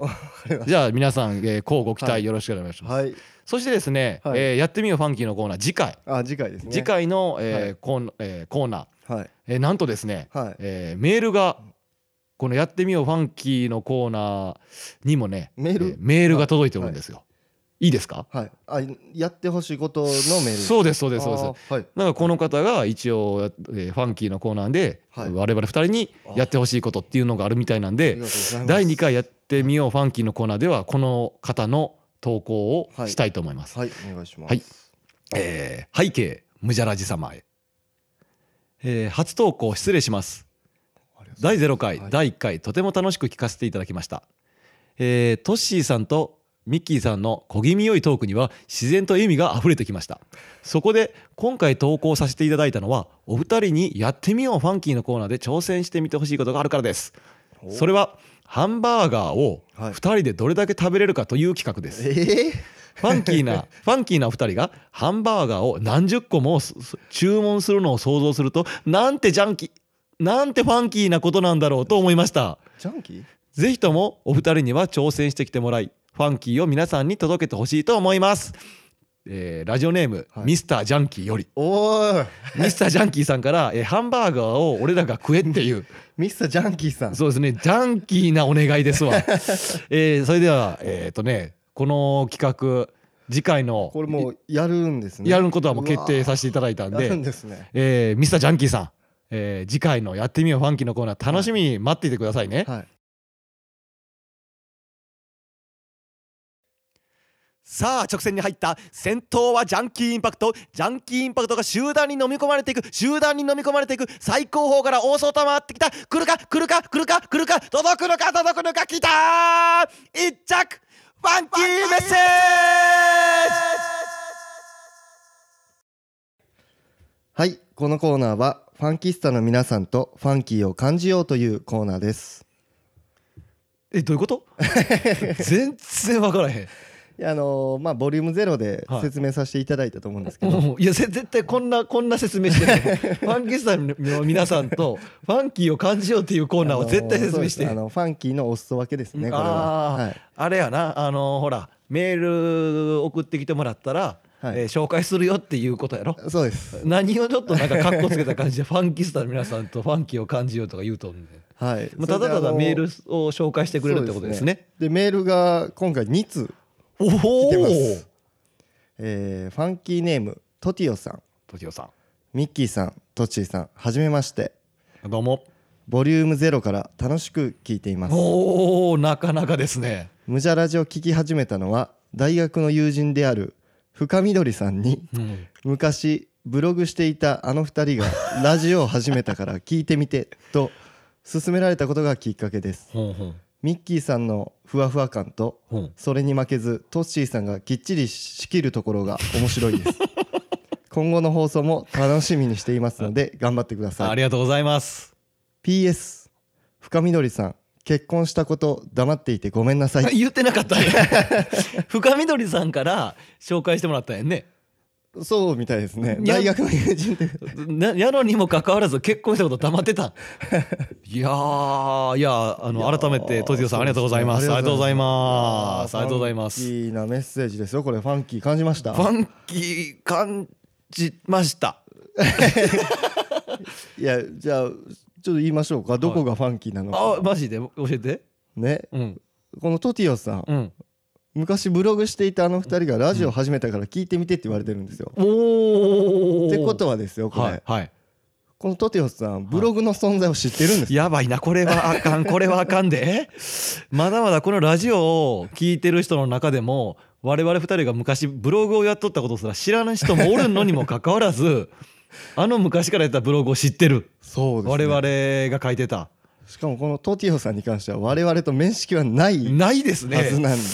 [SPEAKER 2] じゃあ皆さん、えー、乞うご期
[SPEAKER 1] は
[SPEAKER 2] 待
[SPEAKER 1] い
[SPEAKER 2] よろしくお願いします、
[SPEAKER 1] はい
[SPEAKER 2] そしてですね、
[SPEAKER 1] はい
[SPEAKER 2] えーやってみようファンキーのコーナー次回
[SPEAKER 1] あ次回ですね
[SPEAKER 2] 次回の、えー
[SPEAKER 1] はい
[SPEAKER 2] コーナーえーコーナー、
[SPEAKER 1] はい
[SPEAKER 2] えーなんとですね、
[SPEAKER 1] はい
[SPEAKER 2] えーメールがこの「やってみようファンキー」のコーナーにもね
[SPEAKER 1] メール
[SPEAKER 2] えメールが届いておるんですよ、いいですか
[SPEAKER 1] はいあやってほしいことのメール
[SPEAKER 2] そうですそう
[SPEAKER 1] う
[SPEAKER 2] ですそうです
[SPEAKER 1] すはい
[SPEAKER 2] なんかこの方が一応、えーファンキーのコーナーで、
[SPEAKER 1] はい
[SPEAKER 2] 我々2人にやってほしいことっていうのがあるみたいな
[SPEAKER 1] あ
[SPEAKER 2] ん
[SPEAKER 1] り
[SPEAKER 2] で
[SPEAKER 1] がとうございます
[SPEAKER 2] 第2回やってみようファンキーのコーナーではこの方の投稿を
[SPEAKER 1] はい
[SPEAKER 2] したいと思います。
[SPEAKER 1] はいお願いします
[SPEAKER 2] はいえー背景無じゃらじ様へ、えー初投稿失礼します。
[SPEAKER 1] ありがとうございます
[SPEAKER 2] 第0回、
[SPEAKER 1] はい
[SPEAKER 2] 第1回とても楽しく聞かせていただきました、えートッシーさんとミッキーさんの小気味良いトークには自然と意味が溢れてきましたそこで今回投稿させていただいたのはお二人にやってみようファンキーのコーナーで挑戦してみてほしいことがあるからです
[SPEAKER 1] お
[SPEAKER 2] それはハンバーガーを
[SPEAKER 1] はい
[SPEAKER 2] 2人でどれだけ食べれるかという企画です、
[SPEAKER 1] ええ
[SPEAKER 2] ファンキ ーなファンキーなお二人がハンバーガーを何十個もすす注文するのを想像するとなんてジャンキーなんてファンキーなことなんだろうと思いました
[SPEAKER 1] ジャンキー
[SPEAKER 2] ぜひともお二人には挑戦してきてもらいファンキーを皆さんに届けてほしいと思います、えーラジオネーム、
[SPEAKER 1] はい
[SPEAKER 2] ミスタージャンキーより
[SPEAKER 1] おーい
[SPEAKER 2] ミスタージャンキーさんから、えーハンバーガーを俺らが食えっていう
[SPEAKER 1] ミスタージャンキーさん
[SPEAKER 2] そうですね、ジャンキーなお願いです わ。えーそれでは、えっ、とね、この企画、次回の。
[SPEAKER 1] これもうやるんですね
[SPEAKER 2] やることはもう決定させていただいたん
[SPEAKER 1] やるん
[SPEAKER 2] で、
[SPEAKER 1] ですね
[SPEAKER 2] えー、ミスタージャンキーさん、えー次回の「やってみようファンキー」のコーナー楽しみに待っていてくださいね。
[SPEAKER 1] はい
[SPEAKER 2] さあ直線に入った先頭はジャンキーインパクトジャンキーインパクトが集団に飲み込まれていく集団に飲み込まれていく最高峰から大外回ってきた来るか来るか来るか来るか届くのか届くのか来たー一着ファンキーメッセージ
[SPEAKER 1] はい、このコーナーはファンキスタの皆さんとファンキーを感じようというコーナーです。
[SPEAKER 2] えどういうこと全然分からへん
[SPEAKER 1] いあのーまあボリュームゼロで
[SPEAKER 2] はい
[SPEAKER 1] 説明させていただいたと思うんですけ ど、
[SPEAKER 2] うんいやぜ絶対こんなこんな説明してないフ ァンキースタンの皆さんとファンキーを感じようっていうコーナーは絶対説明して
[SPEAKER 1] あのーそうですあのファンキーのお裾分けですねこれは
[SPEAKER 2] あー、
[SPEAKER 1] はい
[SPEAKER 2] あれやなあのほらメール送ってきてもらったら、
[SPEAKER 1] はい
[SPEAKER 2] えー紹介するよっていうことやろ
[SPEAKER 1] そうです
[SPEAKER 2] 何をちょっとなんかかっこつけた感じでファンキスタの皆さんとファンキーを感じようとか言うと思うんで、
[SPEAKER 1] はい
[SPEAKER 2] まあ、ただただメール
[SPEAKER 1] し
[SPEAKER 2] を紹介してくれるってことですね
[SPEAKER 1] でメールが今回2通、
[SPEAKER 2] お
[SPEAKER 1] 来
[SPEAKER 2] お
[SPEAKER 1] てますえーファンキーネームトティオさん
[SPEAKER 2] 時代さ
[SPEAKER 1] ミッキーさんトッチーさんはじめまして
[SPEAKER 2] んどうも
[SPEAKER 1] ボリュームゼロから楽しく聞いています
[SPEAKER 2] おおなかなかですね
[SPEAKER 1] 無ジャラジを聞き始めたのは大学の友人である深緑さんに
[SPEAKER 2] うん
[SPEAKER 1] 昔ブログしていたあの二人がラジオを始めたから聞いてみてと勧められたことがきっかけです
[SPEAKER 2] ほんほん
[SPEAKER 1] ミッキーさんのふわふわ感と
[SPEAKER 2] ほん
[SPEAKER 1] それに負けずトッシーさんがきっちり仕切るところが面白い です今後の放送も楽しみにしていますので頑張ってくださ
[SPEAKER 2] あ
[SPEAKER 1] い
[SPEAKER 2] りがとうございます
[SPEAKER 1] PS 深緑さん結婚したこと黙っていてごめんなさい
[SPEAKER 2] 言ってなかったね 深緑さんから紹介してもらったんやんね
[SPEAKER 1] そうみたいですね
[SPEAKER 2] いや
[SPEAKER 1] 大学の友人 で
[SPEAKER 2] なやのにもかかわらず結婚したこと黙ってた んいやーいやあ
[SPEAKER 1] いや
[SPEAKER 2] の
[SPEAKER 1] ー
[SPEAKER 2] 改めてとじおさんありがとうございますありがとうございますありがとうござい
[SPEAKER 1] フ
[SPEAKER 2] ま
[SPEAKER 1] ァ
[SPEAKER 2] す
[SPEAKER 1] ンキーなメッセージですよこれファンキー感じました
[SPEAKER 2] ファンキー感じました
[SPEAKER 1] いやじゃあちょっと言いましょうかどこがファンキーなの
[SPEAKER 2] あ
[SPEAKER 1] か
[SPEAKER 2] マジで教えて
[SPEAKER 1] ね
[SPEAKER 2] うん
[SPEAKER 1] このトティオさん
[SPEAKER 2] うん
[SPEAKER 1] 昔ブログしていたあの二人がラジオ始めたから聞いてみてって言われてるんですよ
[SPEAKER 2] おお
[SPEAKER 1] ってことはですよこ
[SPEAKER 2] はい
[SPEAKER 1] れ
[SPEAKER 2] はい
[SPEAKER 1] このトティオさんブログの存在を知ってるんです
[SPEAKER 2] やばいなこれはあかんこれはあかんでまだまだこのラジオを聞いてる人の中でも我々2人が昔ブログをやっとったことすら知らない人もおるのにもかかわ らずあの昔からやったブログを知ってる
[SPEAKER 1] そうです
[SPEAKER 2] 我
[SPEAKER 1] ね
[SPEAKER 2] 々が書いてた
[SPEAKER 1] しかもこのトティオさんに関しては我々と面識はない
[SPEAKER 2] ないですね
[SPEAKER 1] はずなんで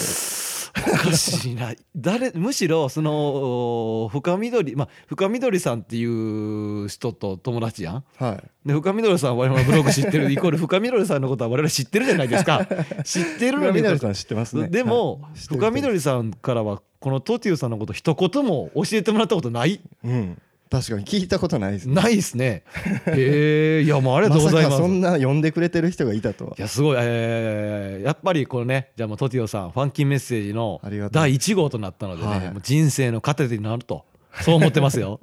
[SPEAKER 2] おかしいな誰むしろその深緑まあ深緑さんっていう人と友達やん
[SPEAKER 1] はい
[SPEAKER 2] で深緑さんは我々ブログ知ってるイコール深緑さんのことは我々知ってるじゃないですか 知ってるの
[SPEAKER 1] 深
[SPEAKER 2] に
[SPEAKER 1] 緑さん知ってますね
[SPEAKER 2] でも、
[SPEAKER 1] はい知ってる
[SPEAKER 2] 深緑さんからはこのトティウさんのこと一言も教えてもらったことない
[SPEAKER 1] うん確かに聞いたことないですね
[SPEAKER 2] ないです ねへえいやもうありがとうございます
[SPEAKER 1] さかそんな呼んでくれてる人がいたとはい
[SPEAKER 2] やすごい、えーやっぱりこのねじゃあもうトティオさんファンキーメッセージの
[SPEAKER 1] ありがとう
[SPEAKER 2] 第1号となったのでね、
[SPEAKER 1] はい
[SPEAKER 2] もう人生の糧になるとそう思ってま すよ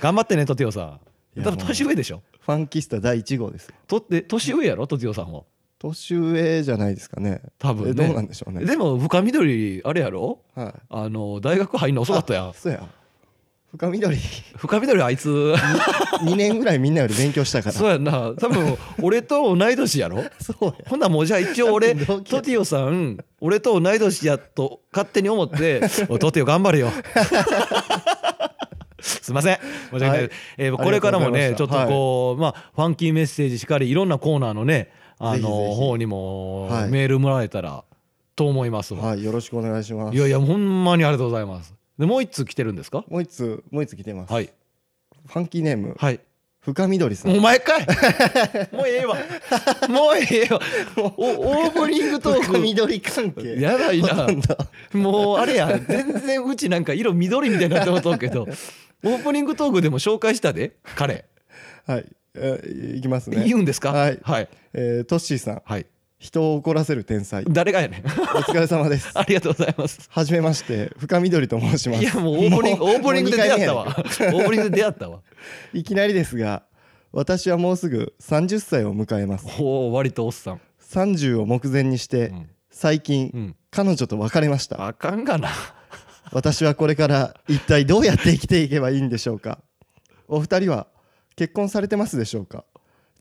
[SPEAKER 2] 頑張ってねトティオさ
[SPEAKER 1] い
[SPEAKER 2] ん
[SPEAKER 1] や
[SPEAKER 2] 多分年上でしょ
[SPEAKER 1] ファンキスタ第1号ですよ
[SPEAKER 2] とって年上やろトティオさんも
[SPEAKER 1] 年上じゃないですかね
[SPEAKER 2] 多分ね
[SPEAKER 1] えどうなんでしょうね
[SPEAKER 2] でも深緑あれやろ
[SPEAKER 1] はい
[SPEAKER 2] あの大学入るの遅かったやん
[SPEAKER 1] あそうや深緑
[SPEAKER 2] 深緑あいつ
[SPEAKER 1] 2年ぐらいみんなより勉強したから
[SPEAKER 2] そうやんな多分俺と同い年やろ
[SPEAKER 1] そうや
[SPEAKER 2] ほんならもうじゃあ一応俺
[SPEAKER 1] だって同期や
[SPEAKER 2] トティオさん俺と同い年やと勝手に思 って「おいトティオ頑張れよ」 すいません申し訳ない、
[SPEAKER 1] はい
[SPEAKER 2] えーこれからも
[SPEAKER 1] あり
[SPEAKER 2] ね
[SPEAKER 1] が
[SPEAKER 2] ち
[SPEAKER 1] とう
[SPEAKER 2] ょっ
[SPEAKER 1] ございました
[SPEAKER 2] とこう、まあファンキーメッセージしかりいろんなコーナーのねあの
[SPEAKER 1] ぜひぜひ
[SPEAKER 2] 方にも
[SPEAKER 1] はい
[SPEAKER 2] メールもらえたらと思いますわ、
[SPEAKER 1] はいよろしくお願いしま
[SPEAKER 2] い、
[SPEAKER 1] す
[SPEAKER 2] やいやほんまにありがとうございますでもう一通来てるんですか
[SPEAKER 1] もう一つもう一つ来てます
[SPEAKER 2] はい
[SPEAKER 1] ファンキーネーム
[SPEAKER 2] はい
[SPEAKER 1] 深緑さん
[SPEAKER 2] お 前かいもうええわ もうええわおオープニングト
[SPEAKER 1] 深
[SPEAKER 2] ー
[SPEAKER 1] 緑関係
[SPEAKER 2] クやばいな
[SPEAKER 1] なんだ
[SPEAKER 2] もうあれや全然うちなんか色緑みたいになって思っとうけ どオープニングトークでも紹介したで彼、
[SPEAKER 1] はいえいきますね
[SPEAKER 2] 言うんですか
[SPEAKER 1] はい
[SPEAKER 2] はい、
[SPEAKER 1] えートッシーさん
[SPEAKER 2] はい
[SPEAKER 1] 人を怒らせる天才
[SPEAKER 2] 誰がやねん
[SPEAKER 1] お 疲れ様です
[SPEAKER 2] ありがとうございます
[SPEAKER 1] はじめまして深緑と申します
[SPEAKER 2] いやもうオープニング
[SPEAKER 1] も
[SPEAKER 2] オ
[SPEAKER 1] う
[SPEAKER 2] ープニングで出会ったわ
[SPEAKER 1] も
[SPEAKER 2] オ
[SPEAKER 1] う二回
[SPEAKER 2] ープニングで出会ったわ
[SPEAKER 1] 目いきなりですが私はもうすぐ30歳を迎えます
[SPEAKER 2] おお割とおっさん、
[SPEAKER 1] 30を目前にし
[SPEAKER 2] う
[SPEAKER 1] て
[SPEAKER 2] ん
[SPEAKER 1] 最近、
[SPEAKER 2] うん、
[SPEAKER 1] 彼女と別れました
[SPEAKER 2] あかんがな
[SPEAKER 1] 私はこれから一体どうやって生きていけばいいんでしょうかお二人は結婚されてますでしょうか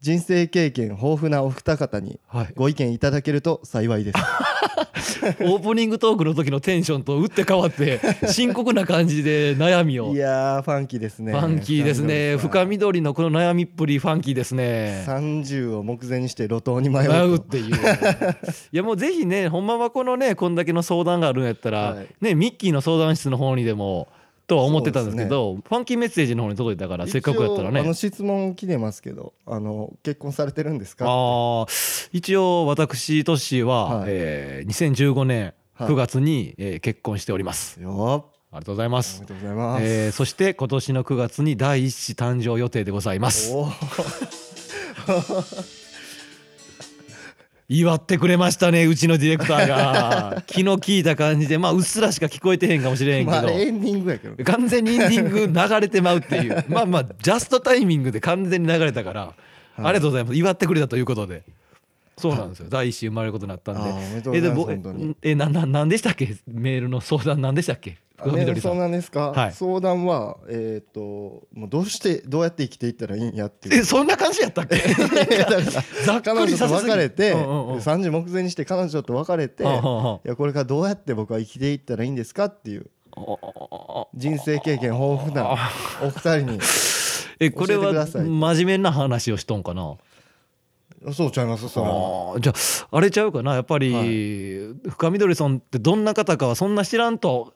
[SPEAKER 1] 人生経験豊富なお二方に
[SPEAKER 2] はい
[SPEAKER 1] ご意見いただけると幸いです
[SPEAKER 2] オープニングトークの時のテンションと打って変 わって深刻な感じで悩みを
[SPEAKER 1] いやーファンキーですね
[SPEAKER 2] ファンキーですね深緑のこの悩みっぷりファンキーですね
[SPEAKER 1] 30を目前にして路頭に迷うと
[SPEAKER 2] 迷うって いういやもうぜひねほんまはこのねこんだけの相談があるんやったら、
[SPEAKER 1] はい
[SPEAKER 2] ねミッキーの相談室の方にでもとは思ってたんですけどファンキーメッセージの方に届いたからせっかくやった
[SPEAKER 1] 一応
[SPEAKER 2] ら
[SPEAKER 1] あの
[SPEAKER 2] ね
[SPEAKER 1] 質問来てますけどあの結婚されてるんです
[SPEAKER 2] あ
[SPEAKER 1] か
[SPEAKER 2] ー一応私トッシーは、
[SPEAKER 1] はい
[SPEAKER 2] えー2015年
[SPEAKER 1] はい
[SPEAKER 2] 9月に、えー結婚しております
[SPEAKER 1] よっ
[SPEAKER 2] ありがとうござい
[SPEAKER 1] お
[SPEAKER 2] ま
[SPEAKER 1] め
[SPEAKER 2] す
[SPEAKER 1] でとうございます、
[SPEAKER 2] えーそして今年の9月に第一子誕生予定でございます
[SPEAKER 1] おー
[SPEAKER 2] 祝ってくれましたねうちのディレクタ ーが気の利いた感じでまあうっすらしか聞こえてへんかもしれへんけ
[SPEAKER 1] まあ、あ
[SPEAKER 2] ど
[SPEAKER 1] れエンディングやけど
[SPEAKER 2] 完全にエンディング流れてまうって いうまあまあジャストタイミングで完全に流れたから、ありがとうございます祝ってくれたということでそうなんですよ、第一子生まれることになったんで
[SPEAKER 1] あーおめでとうございます本当に
[SPEAKER 2] えでぼえなななんでしたっけメールの相談なんでしたっけ
[SPEAKER 1] あ
[SPEAKER 2] みどりさ
[SPEAKER 1] そうなんですか、
[SPEAKER 2] はい
[SPEAKER 1] 相談は、えっともうどうしてどうやって生きていったらいいんや っていう
[SPEAKER 2] えそんな感じやったっけざ
[SPEAKER 1] 彼
[SPEAKER 2] っく
[SPEAKER 1] 女
[SPEAKER 2] り
[SPEAKER 1] と
[SPEAKER 2] させすぎ
[SPEAKER 1] 別れて、
[SPEAKER 2] うんうんうん
[SPEAKER 1] 3時目前にして彼女と別れて、
[SPEAKER 2] うんうんうん
[SPEAKER 1] いやこれからどうやって僕は生きていったらいいんですかっていう人生経験豊富なお二人に
[SPEAKER 2] えこ
[SPEAKER 1] 教
[SPEAKER 2] れ
[SPEAKER 1] えて
[SPEAKER 2] は
[SPEAKER 1] ください
[SPEAKER 2] 真面目な話をしとんかな
[SPEAKER 1] そうちゃいますそれは
[SPEAKER 2] あーじゃああれちゃうかなやっぱり、
[SPEAKER 1] は
[SPEAKER 2] 深緑さんってどんな方かはそんな知らんと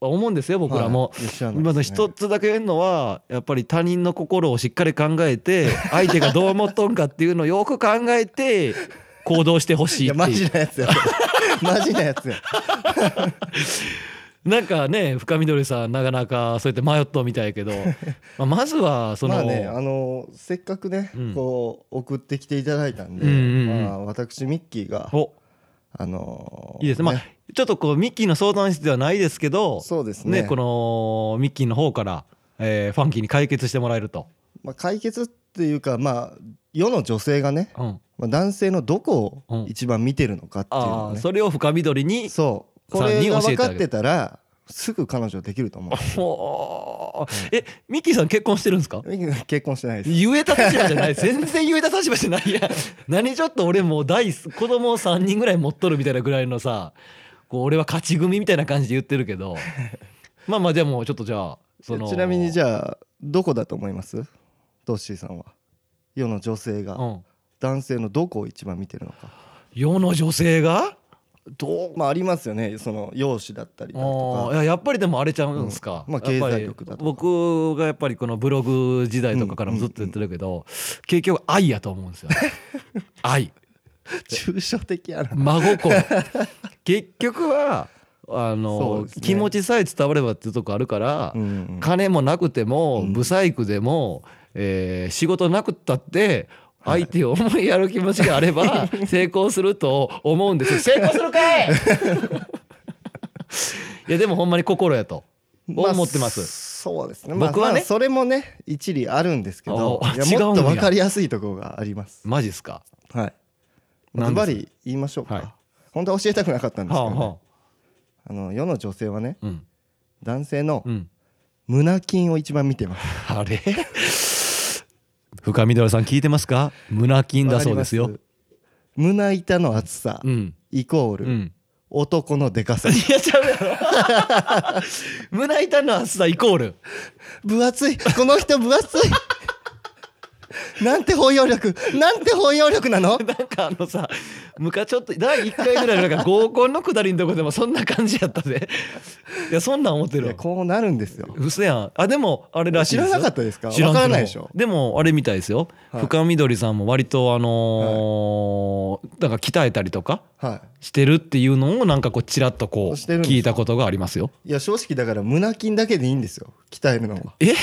[SPEAKER 2] は思うんですよ僕らも。
[SPEAKER 1] はいいや知らないですね
[SPEAKER 2] 今の一つだけ言えるのはやっぱり他人の心をしっかり考え て相手がどう思っとんかっていうのをよく考えて行動してほし
[SPEAKER 1] い
[SPEAKER 2] い
[SPEAKER 1] や
[SPEAKER 2] って
[SPEAKER 1] マ
[SPEAKER 2] い
[SPEAKER 1] ジ
[SPEAKER 2] う
[SPEAKER 1] なや つやマジなやつや
[SPEAKER 2] なんかね深緑さんなかなかそうやって迷っとうみたい やけど、まあ、まずはその、
[SPEAKER 1] まあねあのせっかくね、
[SPEAKER 2] うん
[SPEAKER 1] こう送ってきていただいたんで、
[SPEAKER 2] うんうんうん
[SPEAKER 1] まあ、私ミッキーが
[SPEAKER 2] お
[SPEAKER 1] あのー
[SPEAKER 2] いいですねまあちょっとこうミッキーの相談室ではないですけど
[SPEAKER 1] そうですね
[SPEAKER 2] ね、このミッキーの方から、えーファンキーに解決してもらえると。
[SPEAKER 1] まあ、解決っていうかまあ世の女性がね、
[SPEAKER 2] うん、
[SPEAKER 1] まあ、男性のどこ
[SPEAKER 2] うん
[SPEAKER 1] を一番見てるのかっていうの
[SPEAKER 2] あ
[SPEAKER 1] を
[SPEAKER 2] あ
[SPEAKER 1] ね、
[SPEAKER 2] それを深緑に
[SPEAKER 1] そうこ
[SPEAKER 2] さん
[SPEAKER 1] れ
[SPEAKER 2] に
[SPEAKER 1] が
[SPEAKER 2] 教
[SPEAKER 1] 分
[SPEAKER 2] えて
[SPEAKER 1] か
[SPEAKER 2] あ
[SPEAKER 1] っ
[SPEAKER 2] げる
[SPEAKER 1] てたらすぐ彼女できると思 う
[SPEAKER 2] ほーえミッキーさん結婚してるんですか
[SPEAKER 1] ミキー結婚してないです
[SPEAKER 2] 言えた立場じゃ ない全然言えた立場じゃないやん何ちょっと俺もう第子供3人ぐらい持っとるみたいなぐらいのさこう俺は勝ち組みたいな感じで言ってるけ どまあまあでもちょっとじゃあその
[SPEAKER 1] ちなみにじ
[SPEAKER 2] ゃ
[SPEAKER 1] ゃあどこだと思いますトッシーさんは世の女性が
[SPEAKER 2] うん、
[SPEAKER 1] 男性のどこを一番見てるのか
[SPEAKER 2] 世の女性がどう
[SPEAKER 1] まあありますよねその容姿だったりだ
[SPEAKER 2] あ
[SPEAKER 1] と
[SPEAKER 2] あ
[SPEAKER 1] か
[SPEAKER 2] いややっぱりでもあれちゃうんですか、
[SPEAKER 1] うんまあ経済力だとか
[SPEAKER 2] やっぱり僕がやっぱりこのブログ時代とかからもずっと言ってるけど、結局愛やと 思うんですよ愛
[SPEAKER 1] 抽象的やな
[SPEAKER 2] 真心結局は
[SPEAKER 1] そ
[SPEAKER 2] あ
[SPEAKER 1] う
[SPEAKER 2] の、
[SPEAKER 1] ですね
[SPEAKER 2] 気持ちさえ伝わればっていうとこあるから、
[SPEAKER 1] うんうん
[SPEAKER 2] 金もなくても
[SPEAKER 1] うん
[SPEAKER 2] 不細工でも、えー仕事なくったって相手を思いやる気持ちがあれ ば成功すると思うんですよ成功する かいいやでもほんまに心やと思ってます
[SPEAKER 1] そうですね
[SPEAKER 2] 僕は
[SPEAKER 1] ま
[SPEAKER 2] ね
[SPEAKER 1] あまあそれもね一理あるんですけど
[SPEAKER 2] あ
[SPEAKER 1] いや
[SPEAKER 2] 違うんや
[SPEAKER 1] もっと分かりやすいところがあります
[SPEAKER 2] マジっすか
[SPEAKER 1] はい
[SPEAKER 2] 何です
[SPEAKER 1] ズバリ言いましょうか、
[SPEAKER 2] はい
[SPEAKER 1] 本当は教えたくなかったんですけ
[SPEAKER 2] はあ
[SPEAKER 1] どね、
[SPEAKER 2] は
[SPEAKER 1] あの世の女性はね
[SPEAKER 2] あうん
[SPEAKER 1] 男性の
[SPEAKER 2] うん
[SPEAKER 1] 胸筋を一番見てます
[SPEAKER 2] あれ深緑さん聞いてますか胸筋だそうです
[SPEAKER 1] わ
[SPEAKER 2] よ
[SPEAKER 1] かります胸板の厚さ、
[SPEAKER 2] うん
[SPEAKER 1] イコー
[SPEAKER 2] う
[SPEAKER 1] ル、
[SPEAKER 2] ん
[SPEAKER 1] 男のでかさ
[SPEAKER 2] いやちゃうやろ 胸板の厚さイコール
[SPEAKER 1] 分厚いこの人分厚いなんて包容力なんて包容力なの
[SPEAKER 2] なんかあのさ昔ちょっと第1回ぐらいのなんか合コンのくだりのとこでもそんな感じやったぜいやそんなん思って
[SPEAKER 1] い
[SPEAKER 2] る
[SPEAKER 1] や
[SPEAKER 2] わ
[SPEAKER 1] こうなるんですよ
[SPEAKER 2] 嘘やんあでもあれらしいですよ
[SPEAKER 1] 知らなかったですか
[SPEAKER 2] 知らんけど
[SPEAKER 1] わからないでしょ
[SPEAKER 2] でもあれみたいですよ、
[SPEAKER 1] はい
[SPEAKER 2] 深緑さんも割とあのーなんか鍛えたりとか
[SPEAKER 1] はい
[SPEAKER 2] してるっていうのをなんかこうちらっとこう
[SPEAKER 1] してるんですよ
[SPEAKER 2] 聞いたことがありますよ
[SPEAKER 1] いや正直だから胸筋だけでいいんですよ鍛えるのは
[SPEAKER 2] え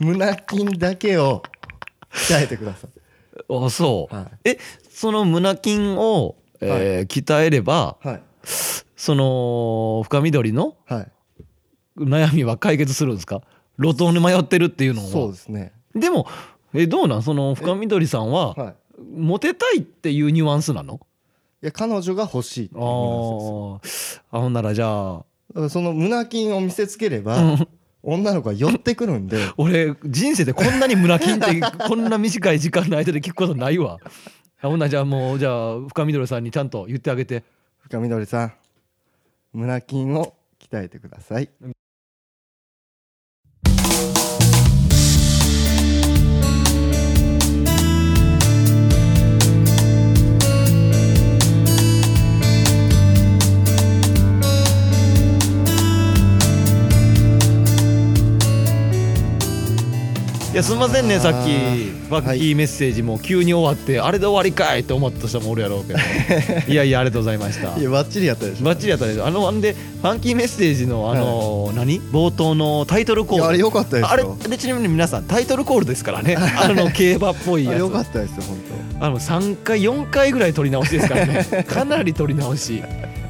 [SPEAKER 1] 胸筋だけを鍛えてください
[SPEAKER 2] あそう、
[SPEAKER 1] は
[SPEAKER 2] えその胸筋を、えー鍛えれば
[SPEAKER 1] はい
[SPEAKER 2] その深緑の
[SPEAKER 1] はい
[SPEAKER 2] 悩みは解決するんですか路頭に迷ってるっていうのは
[SPEAKER 1] そうですね
[SPEAKER 2] でもえどうなんその深緑さんは、
[SPEAKER 1] はい
[SPEAKER 2] モテたいっていうニュアンスなの
[SPEAKER 1] いや彼女が欲しいって
[SPEAKER 2] あ
[SPEAKER 1] いうニュアンスですよ
[SPEAKER 2] ーあほんならじゃあ、
[SPEAKER 1] だからその胸筋を見せつければ、
[SPEAKER 2] うん
[SPEAKER 1] 女の子が寄ってくるんで
[SPEAKER 2] 俺人生でこんなに胸筋って こんな短い時間の間で聞くことないわあほんならじゃあもうじゃあ深緑さんにちゃんと言ってあげて
[SPEAKER 1] 深緑さん胸筋を鍛えてください
[SPEAKER 2] いやすみませんねさっ
[SPEAKER 1] あ
[SPEAKER 2] き
[SPEAKER 1] ー
[SPEAKER 2] ファッキーメッセージも急に終わって、あれで終わりかいって思った人もおるやろ うけどいやいやありがとうございました
[SPEAKER 1] いやバッチリやったでしょ
[SPEAKER 2] バッチリやったでしょあのあんでファンキーメッセージのあの、何冒頭のタイトルコ
[SPEAKER 1] いや
[SPEAKER 2] ー
[SPEAKER 1] あれ
[SPEAKER 2] ル
[SPEAKER 1] 良かったですよ
[SPEAKER 2] あれでちなみに皆さんタイトルコールですからねあの競馬っぽい
[SPEAKER 1] あ
[SPEAKER 2] や
[SPEAKER 1] れ
[SPEAKER 2] つ
[SPEAKER 1] 良かったですよ本
[SPEAKER 2] あの3回4回ぐらい取り直しですか らねかなり取り直し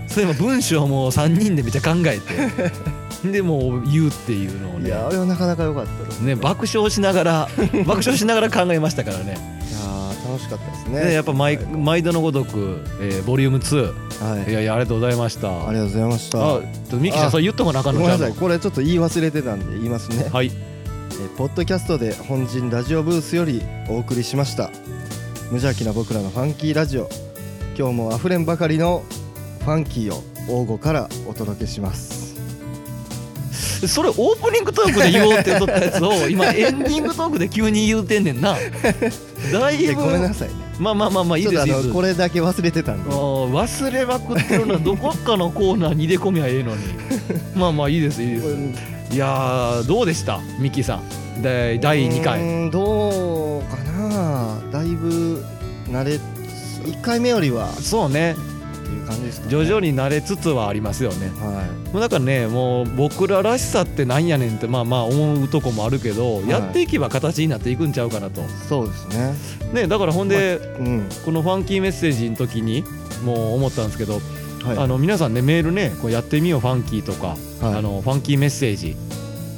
[SPEAKER 2] それも文章も3人でめっちゃ考えてでもう言うっていうのを
[SPEAKER 1] 当
[SPEAKER 2] ね
[SPEAKER 1] いやあれはなかなか良かったです
[SPEAKER 2] ね爆笑しながら 爆笑しながら考えましたからね
[SPEAKER 1] いやー楽しかったですね
[SPEAKER 2] でやっぱ毎
[SPEAKER 1] はい
[SPEAKER 2] 毎度のごとく、えーボリューム2
[SPEAKER 1] はい
[SPEAKER 2] いやいやありがとうございました
[SPEAKER 1] ありがとうございました
[SPEAKER 2] あちょミキちゃん
[SPEAKER 1] あ
[SPEAKER 2] それ言っとかなあかん
[SPEAKER 1] ご
[SPEAKER 2] の
[SPEAKER 1] めんなさい
[SPEAKER 2] ち
[SPEAKER 1] これちょっと言い忘れてたんで言います
[SPEAKER 2] ゃ
[SPEAKER 1] ね
[SPEAKER 2] んとはい
[SPEAKER 1] えーポッドキャストで本陣ラジオブースよりお送りしました無邪気な僕らのファンキーラジオ今日もあふれんばかりのファンキーを王吾からお届けします
[SPEAKER 2] それオープニングトークで言おうって言っとったやつを 今エンディングトークで急に言うてんねんなだい
[SPEAKER 1] いや
[SPEAKER 2] ぶ
[SPEAKER 1] ごめんなさいね
[SPEAKER 2] まあまあまあまあいい
[SPEAKER 1] ちょっ
[SPEAKER 2] で
[SPEAKER 1] とあ
[SPEAKER 2] すいいで
[SPEAKER 1] の
[SPEAKER 2] す
[SPEAKER 1] これだけ忘れてたん
[SPEAKER 2] あ
[SPEAKER 1] で
[SPEAKER 2] ー忘れまくってるなどこかのコーナーに入れ込みゃええのにまあまあいいですいいですいやーどうでしたミキさんで第2
[SPEAKER 1] う
[SPEAKER 2] 回
[SPEAKER 1] ーんどうかなだいぶ慣れ1回目よりは
[SPEAKER 2] そうね
[SPEAKER 1] っていう感じですかね
[SPEAKER 2] 徐々に慣れつつはありますよね
[SPEAKER 1] は
[SPEAKER 2] もうだからねもう僕ららしさってなんやねんってまあまあ思うとこもあるけど、
[SPEAKER 1] はい
[SPEAKER 2] やっていけば形になっていくんちゃうかなと
[SPEAKER 1] いそうですね
[SPEAKER 2] ねだからほんで、
[SPEAKER 1] うん
[SPEAKER 2] この「ファンキーメッセージ」の時にもう思ったんですけど、
[SPEAKER 1] はい
[SPEAKER 2] あの皆さんねメールねこうやってみようファンキーとか、
[SPEAKER 1] はい
[SPEAKER 2] あのファンキーメッセージ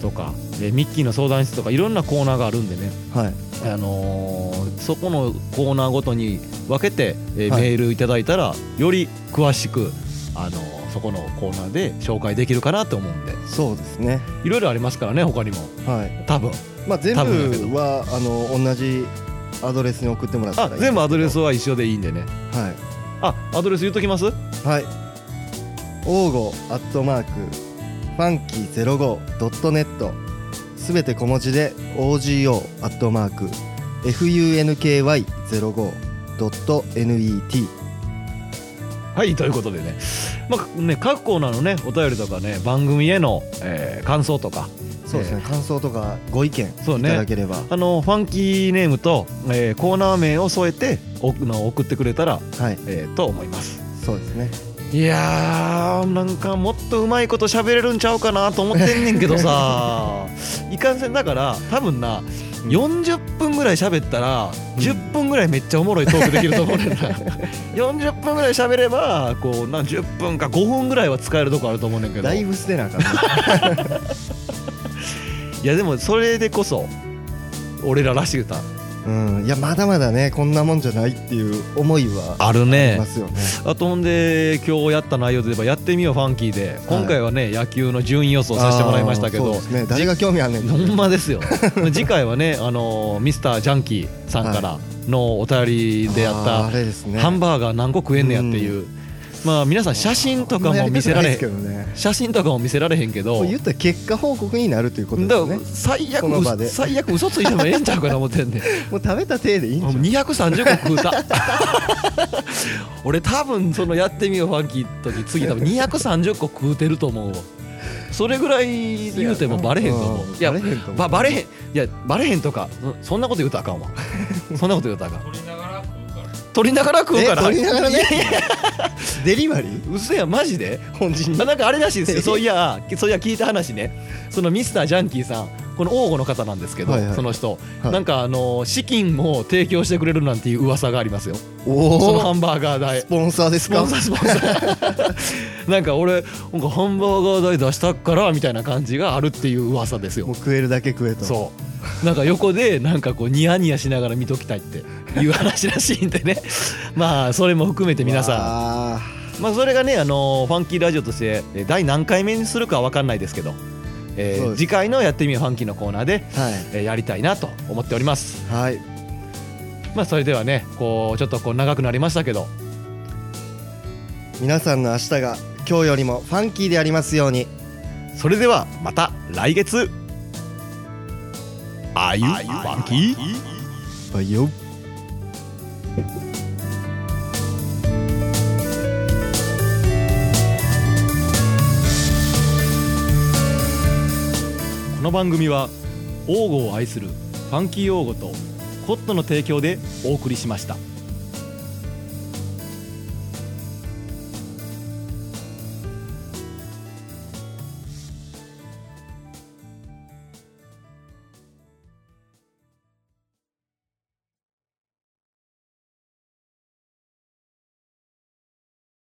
[SPEAKER 2] とかでミッキーの相談室とかいろんなコーナーがあるんでね、
[SPEAKER 1] はい
[SPEAKER 2] あのーそこのコーナーごとに分けて、えー
[SPEAKER 1] はい
[SPEAKER 2] メールいただいたらより詳しく、あのーそこのコーナーで紹介できるかなと思うんで
[SPEAKER 1] そうですね
[SPEAKER 2] いろいろありますからね他にも
[SPEAKER 1] はい
[SPEAKER 2] 多分
[SPEAKER 1] まあ全
[SPEAKER 2] 多分だけ
[SPEAKER 1] 部はあの同じアドレスに送ってもらったら
[SPEAKER 2] あ
[SPEAKER 1] いい
[SPEAKER 2] 全部アドレス
[SPEAKER 1] は
[SPEAKER 2] は一緒でいいんでねあアドレス言っときます
[SPEAKER 1] いはい王吾アットマークファンキー 05.net すべて小文字で OGO アットマーク FUNKY05.net
[SPEAKER 2] はいということでね,、まあ、ね各コーナーのねお便りとかね番組への、えー感想とか
[SPEAKER 1] そうですね、
[SPEAKER 2] え
[SPEAKER 1] 感想とかご意見い
[SPEAKER 2] そう
[SPEAKER 1] た
[SPEAKER 2] ね
[SPEAKER 1] だければ、
[SPEAKER 2] あのファンキーネームと、えーコーナー名を添えておの送ってくれたら、
[SPEAKER 1] はい
[SPEAKER 2] えーと思います
[SPEAKER 1] そうですね
[SPEAKER 2] いやーなんかもっとうまいこと喋れるんちゃうかなと思ってんねんけどさ いかんせんだから多分な
[SPEAKER 1] うん
[SPEAKER 2] 40分ぐらい喋ったら
[SPEAKER 1] うん
[SPEAKER 2] 10分ぐらいめっちゃおもろいトークできると思うねん な40分ぐらい喋ればこうな10分か5分ぐらいは使えるとこあると思うねんけど
[SPEAKER 1] だいぶ捨てなあかった
[SPEAKER 2] いやでもそれでこそ俺ららしさ
[SPEAKER 1] うんいやまだまだねこんなもんじゃないっていう思いは
[SPEAKER 2] ある
[SPEAKER 1] あり
[SPEAKER 2] ね
[SPEAKER 1] ますよね
[SPEAKER 2] あとほんで今日やった内容で言えば「やってみようファンキーで」今回はね野球の順位予想させてもらいましたけ
[SPEAKER 1] あー
[SPEAKER 2] ど
[SPEAKER 1] そうですね誰が興味あんねん
[SPEAKER 2] ほんまです よ次回はねあのミスタージャンキーさんからのお便りでやっ
[SPEAKER 1] あーあ
[SPEAKER 2] た
[SPEAKER 1] れですね
[SPEAKER 2] ハンバーガー何個食えんねやっていうまあ皆さん写真とかも見せら
[SPEAKER 1] あんまやりたくないで
[SPEAKER 2] れ
[SPEAKER 1] すけどね
[SPEAKER 2] 写真とかも見せられへんけ
[SPEAKER 1] こ
[SPEAKER 2] ど
[SPEAKER 1] れ言ったら結果報告になるということで
[SPEAKER 2] だ
[SPEAKER 1] す
[SPEAKER 2] から
[SPEAKER 1] ね
[SPEAKER 2] 最悪
[SPEAKER 1] この場で
[SPEAKER 2] 最悪嘘ついてもええんちゃうかな思ってんねん
[SPEAKER 1] もう食べた体でいいんじゃん
[SPEAKER 2] 230個食うた俺多分そのやってみようファンキーの時次多分230個食うてると思うわそれぐらい言うてもバレへんと思ういや
[SPEAKER 1] バレへんと思う
[SPEAKER 2] ばバレへんいやバレへんとかそそんなこと言うたらあか んわそんなこと言うたらあかん
[SPEAKER 3] 取りながら食うから
[SPEAKER 2] 取りながら食う
[SPEAKER 1] え
[SPEAKER 2] から
[SPEAKER 1] 取りながらね
[SPEAKER 2] いやいや
[SPEAKER 1] デリバリー
[SPEAKER 2] 嘘やマジで
[SPEAKER 1] 本陣に
[SPEAKER 2] まあなんかあれらしいですよ
[SPEAKER 1] え
[SPEAKER 2] そういやそういや聞いた話ねそのミスタージャンキーさんこの王吾の方なんですけど、
[SPEAKER 1] はいはい
[SPEAKER 2] その人、
[SPEAKER 1] はい
[SPEAKER 2] なんかあの資金を提供してくれるなんていう噂がありますよ
[SPEAKER 1] お
[SPEAKER 2] そのハ
[SPEAKER 1] お
[SPEAKER 2] ンバーガー代
[SPEAKER 1] スポンサーです
[SPEAKER 2] スポ
[SPEAKER 1] か
[SPEAKER 2] ンサースポンサーなんか俺なんかハンバーガー代出したっからみたいな感じがあるっていう噂です
[SPEAKER 1] も
[SPEAKER 2] よ
[SPEAKER 1] う食えるだけ食えと
[SPEAKER 2] そうなんか横でなんかこうニヤニヤしながら見ときたいって いう話らしいんでねまあそれも含めて皆さ
[SPEAKER 1] さ
[SPEAKER 2] んまあそれがねあのーファンキーラジオとしてえー第何回目にするかは分かんないですけど、え
[SPEAKER 1] そ
[SPEAKER 2] ー
[SPEAKER 1] うです
[SPEAKER 2] 次回の「やってみようファンキー」のコーナーで、
[SPEAKER 1] んはい
[SPEAKER 2] えーやりたいなと思っております
[SPEAKER 1] はい
[SPEAKER 2] まあそれではねこうちょっとこう長くなりましたけど
[SPEAKER 1] 皆さんの明日が今日よりもファンキーでありますように
[SPEAKER 2] それではまた来月あゆバンキー
[SPEAKER 1] バイよ
[SPEAKER 2] この番組は王語を愛するファンキー用語とコットの提供でお送りしました。